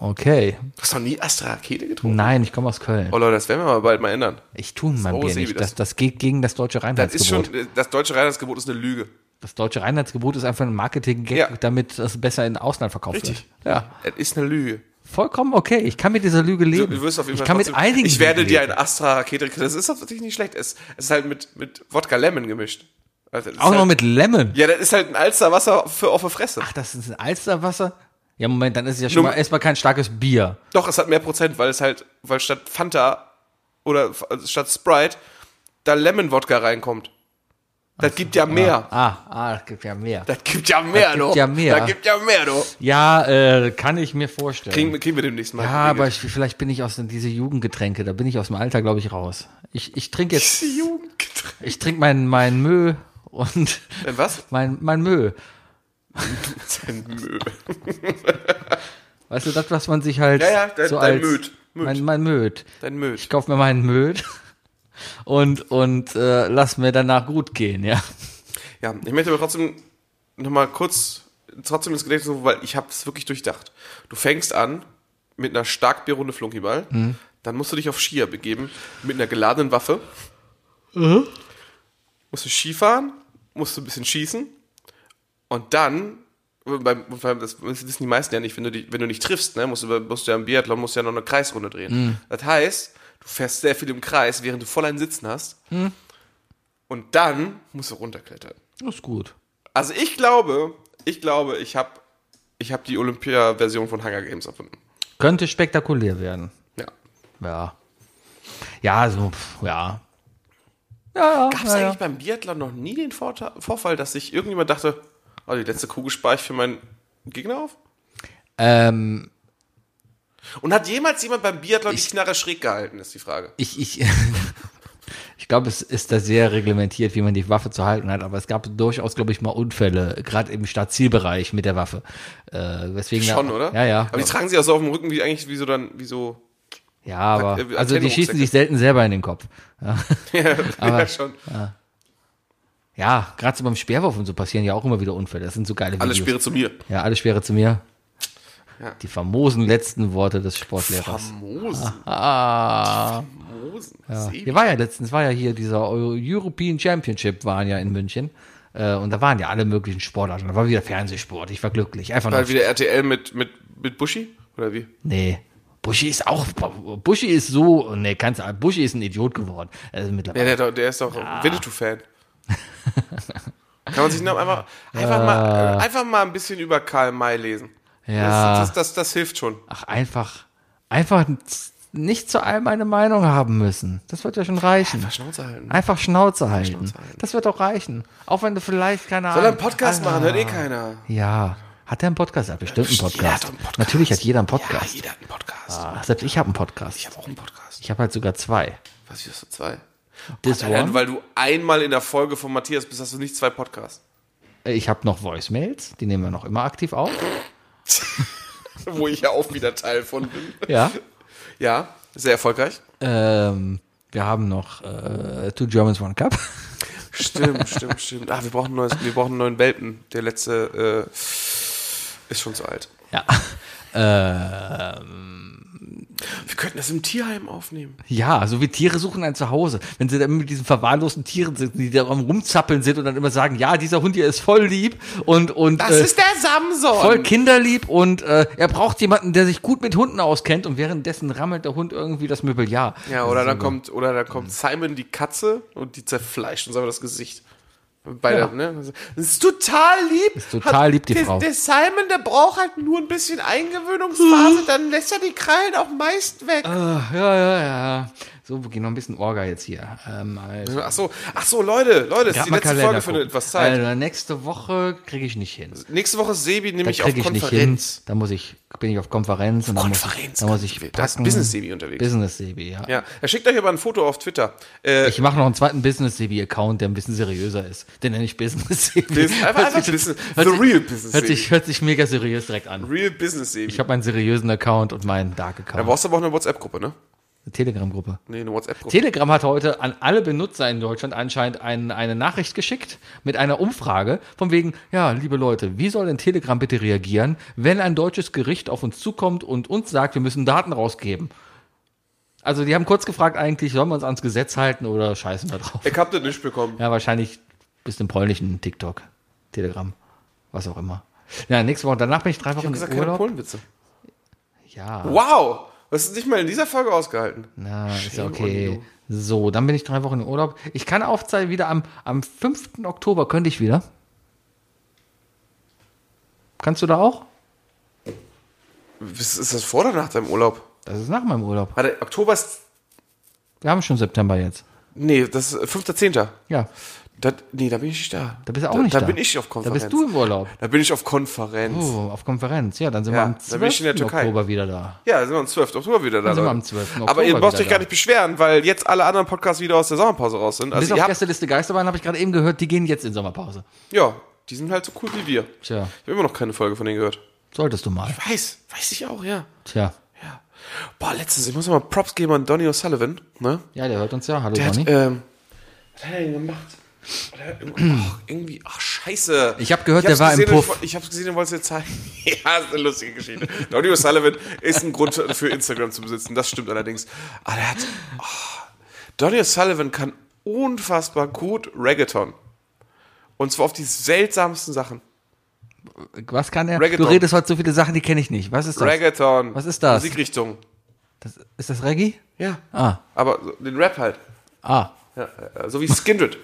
Okay.
Du hast noch nie Astra-Rakete getrunken?
Nein, ich komme aus Köln.
Oh Leute, das werden wir mal bald mal ändern.
Ich tue mein
Oh,
Bier
Sebi,
nicht.
das-
Das, das geht gegen das deutsche
Das ist
Reinheitsgebot.
schon, das deutsche Reinheitsgebot ist eine Lüge.
Das deutsche Reinheitsgebot ist einfach ein Marketing-Gag,
Ja.
damit es besser in Ausland verkauft wird. Ja,
Das ist eine Lüge.
vollkommen okay. Ich kann mit dieser Lüge
Du,
leben.
du wirst auf jeden Fall
ich kann mit
trotzdem-
einigen
Ich werde
Lügen
dir
leben.
ein Astra-Rakete Das ist tatsächlich nicht schlecht. Es, es ist halt mit, mit Wodka Lemon gemischt. Also, das ist
Auch
halt,
noch mit Lemon.
Ja, das ist halt ein Alsterwasser für auf der Fresse.
Ach, das ist ein Alsterwasser? Ja, Moment, dann ist es ja schon
Nur-
mal erstmal kein starkes Bier.
Doch, es hat mehr Prozent, weil es halt, weil statt Fanta oder f- also statt Sprite da Lemon-Wodka reinkommt. Das gibt ja mehr.
Ah, ah, das gibt ja mehr.
Das gibt ja mehr, du.
gibt ja mehr.
Das gibt ja mehr, du.
Ja, äh, kann ich mir vorstellen.
Kriegen, kriegen wir demnächst mal.
ja, aber ich, vielleicht bin ich aus diese Jugendgetränke, da bin ich aus dem Alter, glaube ich, raus. Ich, ich trinke jetzt, <laughs>
Jugendgetränk.
ich trinke meinen mein Müll und <laughs>
Denn Äh, was?
mein, mein Müll.
Dein Müll.
Weißt du, das, was man sich halt
Ja, ja, dein-
so
dein
als
Möd. Möd.
mein mein Möd.
Dein Müll.
Ich kauf mir meinen Möd und und äh, lass mir danach gut gehen, ja.
Ja, ich möchte aber trotzdem nochmal kurz trotzdem ins Gedächtnis rufen, weil ich habe es wirklich durchdacht. Du fängst an mit einer Starkbierrunde Flunkyball, dann musst du dich auf Skier begeben mit einer geladenen Waffe. Musst du Ski fahren, musst du ein bisschen schießen und dann beim, beim, das wissen die meisten ja nicht, wenn du, die, wenn du nicht triffst, ne, musst, du, musst du ja im Biathlon musst du ja noch eine Kreisrunde drehen. Das heißt, du fährst sehr viel im Kreis, während du voll ein Sitzen hast. Und dann musst du runterklettern.
Das ist gut.
Also ich glaube, ich glaube, ich habe ich hab die Olympia-Version von Hunger Games erfunden.
Könnte spektakulär werden.
Ja.
Ja. Ja, so pff, ja. Ja, ja,
Gab es
ja, ja.
eigentlich beim Biathlon noch nie den Vorta Vorfall, dass sich irgendjemand dachte, oh, die letzte Kugel spare ich für meinen Gegner auf?
Ähm,
Und hat jemals jemand beim Biathlon die Knarre schräg gehalten, ist die Frage.
ich ich <laughs> ich glaube, es ist da sehr reglementiert, wie man die Waffe zu halten hat, aber es gab durchaus, glaube ich, mal Unfälle, gerade im Startzielbereich mit der Waffe. Äh, weswegen
Schon,
da,
oder? Also,
Ja, ja.
Aber die tragen sie auch so auf dem Rücken, wie eigentlich, wie so dann, wie so. <laughs>
Ja, aber
äh,
also die
Antenne
schießen
Rucksäcke.
sich selten selber in den Kopf.
ja, ja, schon.
Ja, gerade so beim Speerwurf und so passieren ja auch immer wieder Unfälle. Das sind so geile
Alle
Videos.
Speere zu mir.
Ja, alle Speere zu mir.
Ja.
Die famosen letzten Worte des Sportlehrers.
Famosen.
Ah,
Famosen.
hier war ja letztens war ja hier dieser Eu- European Championship waren ja in München äh, und da waren ja alle möglichen Sportarten. Da war wieder Fernsehsport. Ich war glücklich. Einfach
War
nur.
wieder RTL mit, mit, mit Buschi? Oder wie?
Nee. Buschi ist auch, Buschi ist so, nee, kannst du, Buschi ist ein Idiot geworden. Also
Ja,
mittlerweile.
der, der ist doch Winnetou-Fan. <laughs> Kann man sich noch einfach, einfach, mal, einfach mal ein bisschen über Karl May lesen.
Ja.
Das, das, das, das hilft schon.
Ach, einfach, einfach nicht zu allem eine Meinung haben müssen. Das wird ja schon reichen. Einfach
Schnauze halten.
Einfach Schnauze halten. Das wird doch reichen. Auch wenn du vielleicht, keine
Soll er einen
Ahnung.
Podcast machen? Hört eh keiner.
Ja. Hat er einen Podcast? Er hat bestimmt einen
Jeder
Podcast.
hat einen Podcast.
Natürlich hat jeder einen Podcast.
Jeder hat einen Podcast.
Ah, selbst ich habe einen Podcast. Ich
Ich
habe
habe auch einen Podcast.
hab halt sogar zwei.
Was ist das? Zwei?
This
Allein,
one.
weil du einmal in der Folge von Matthias bist, hast du nicht zwei Podcasts.
Äh, Ich habe noch Voicemails. Die nehmen wir noch immer aktiv
<laughs>
auf.
<laughs> Wo ich ja auch wieder Teil von bin.
Ja.
<laughs> Ja, sehr erfolgreich.
ähm, wir haben noch äh, Two Germans One Cup.
Stimmt, stimmt, stimmt. Ah, wir brauchen, ein neues, wir brauchen einen neuen Welpen. Der letzte äh, ist schon zu alt.
Ja. <laughs> Ähm,
Wir könnten das im Tierheim aufnehmen.
Ja, so wie Tiere suchen ein Zuhause. Wenn sie dann mit diesen verwahrlosten Tieren sitzen, die da am rumzappeln sind und dann immer sagen, ja, dieser Hund hier ist voll lieb und und äh,
der Samson.
voll kinderlieb und äh, er braucht jemanden, der sich gut mit Hunden auskennt und währenddessen rammelt der Hund irgendwie das Möbeljahr.
ja, oder dann kommt, oder dann kommt Simon die Katze und die zerfleischt uns aber das Gesicht. Beide,
Ja.
ne? Also, Das ist total lieb. Ist
total lieb, die Frau.
Der Simon, der braucht halt nur ein
Ah.
bisschen Eingewöhnungsphase, dann lässt er die Krallen auch meist weg.
Ja, ja, ja. So, wir gehen noch ein bisschen Orga jetzt hier. Ähm, also,
Ach so, ach so, Leute, Leute, es
grad
ist die
mal
letzte
Kalender
Folge von
gucken.
etwas Zeit.
Also, nächste Woche kriege ich nicht hin.
Nächste Woche ist Sebi
Da
nämlich auf
kriege ich nicht hin.
Konferenz.
Da muss ich, bin ich auf Konferenz. und dann
Konferenz,
Muss, da muss ich
Da ist
packen.
Business-Sebi unterwegs.
Business-Sebi, ja.
Ja, er schickt euch aber ein Foto auf Twitter. Äh,
Ich mache noch einen zweiten Business-Sebi-Account, der ein bisschen seriöser ist. Den nenne ich Business-Sebi.
Business- einfach- einfach Business-
hört
The
sich-
real Business
Hört
Sebi.
sich, hört sich mega seriös direkt an.
Real Business Sebi.
Ich habe meinen seriösen Account und meinen
da
Dark-Account.
brauchst du aber auch eine WhatsApp-Gruppe, ne?
Eine Telegram-Gruppe.
Nee, eine WhatsApp-Gruppe.
Telegram hat heute an alle Benutzer in Deutschland anscheinend ein, eine Nachricht geschickt mit einer Umfrage von wegen, ja, liebe Leute, wie soll denn Telegram bitte reagieren, wenn ein deutsches Gericht auf uns zukommt und uns sagt, wir müssen Daten rausgeben? Also die haben kurz gefragt eigentlich, sollen wir uns ans Gesetz halten oder scheißen wir drauf?
Ich hab das nicht bekommen.
Ja, wahrscheinlich bis im polnischen TikTok, Telegram, was auch immer. Ja, nächste Woche, danach bin ich drei Wochen
Ich sag
im
keine
Urlaub.
Polenwitze.
Ja,
Wow! Das ist nicht mal in dieser Folge ausgehalten.
na, ist ja
Shame on
okay.
you.
So, dann bin ich drei Wochen im Urlaub. Ich kann aufzeigen, wieder am, am 5. Oktober könnte ich wieder. Kannst du da auch?
Ist, ist das vor oder nach deinem Urlaub?
Das ist nach meinem Urlaub.
Warte, Oktober ist.
Wir haben schon September jetzt.
Nee, das ist 5.10.
Ja,
Das, nee, da bin ich nicht da.
da bist du auch
da,
nicht
da.
da.
Da bin ich auf Konferenz.
Da bist du im Urlaub.
Da bin ich auf Konferenz.
Oh, auf Konferenz. Ja, dann sind
Ja,
wir am
da bin ich in der
12.
Türkei.
Oktober wieder da.
Ja, sind wir am 12. Oktober wieder da.
Dann sind wir
Leute.
am 12.
Aber
Oktober
ihr braucht
wieder
euch gar
da.
nicht beschweren, weil jetzt alle anderen Podcasts wieder aus der Sommerpause raus sind. Also
Bis
ihr
auf
habt,
Gästeliste Geisterbahn habe ich gerade eben gehört, die gehen jetzt in Sommerpause.
ja, die sind halt so cool wie wir. Ich
Tja,
habe immer noch keine Folge von denen gehört.
solltest du mal.
Weiß, weiß ich auch, ja.
Tja.
Boah, letztens, ich muss noch mal Props geben an Donny O'Sullivan, ne?
Ja, der hört uns ja. Hallo,
Der hat,
Bonnie.
ähm, was hat er denn gemacht? Hat er irgendwie- <clears throat> ach, irgendwie, ach, scheiße.
Ich hab gehört,
hab's
der war im
gesehen, und ich
Puff.
woll- Ich hab's gesehen und wollte es dir zeigen. <laughs> ja, ist eine lustige Geschichte. Donny O'Sullivan ist ein Grund für Instagram zu besitzen, das stimmt allerdings. Aber der hat, oh, Donny O'Sullivan kann unfassbar gut Reggaeton. Und zwar auf die seltsamsten Sachen.
Was kann er?
äh, Reggaeton.
Du redest heute so viele Sachen, die kenne ich nicht. Was ist das?
Reggaeton.
Was ist das?
Musikrichtung.
das ist das Reggae?
Ja.
Ah.
Aber so- den Rap halt.
Ah.
Ja, äh, so wie Skindred.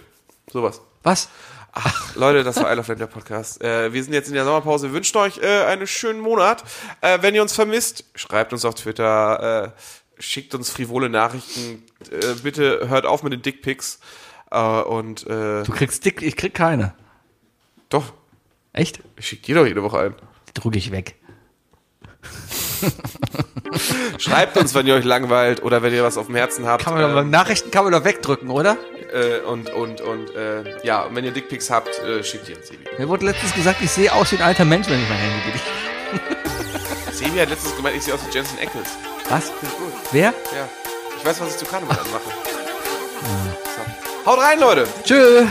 Sowas.
Was?
Ach, Leute, das war I Love Land, der Podcast. Äh, wir sind jetzt in der Sommerpause. Wir wünschen euch äh, einen schönen Monat. Äh, wenn ihr uns vermisst, schreibt uns auf Twitter, äh, schickt uns frivole Nachrichten. Äh, bitte hört auf mit den Dickpics. Äh, und äh,
Du kriegst dick, ich krieg keine.
doch,
Echt?
schickt jeder jede Woche ein.
Die drücke ich weg.
Schreibt uns, wenn ihr euch langweilt oder wenn ihr was auf dem Herzen habt.
Kann man doch,
Ähm,
Nachrichten kann man doch wegdrücken, oder?
äh, und und und äh, ja, und wenn ihr Dickpics habt, äh, schickt ihr uns Sebi.
Mir wurde letztens gesagt, ich sehe aus wie ein alter Mensch, wenn ich mein Handy gebe.
Sebi hat letztens gemeint, ich sehe aus wie Jensen Ackles.
Was?
Gut.
Wer?
Ja. Ich weiß, was ich zu Karneval anmache. So. Haut rein, Leute!
Tschö.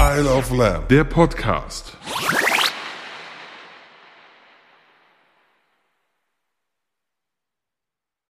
Isle of Lamb, der Podcast.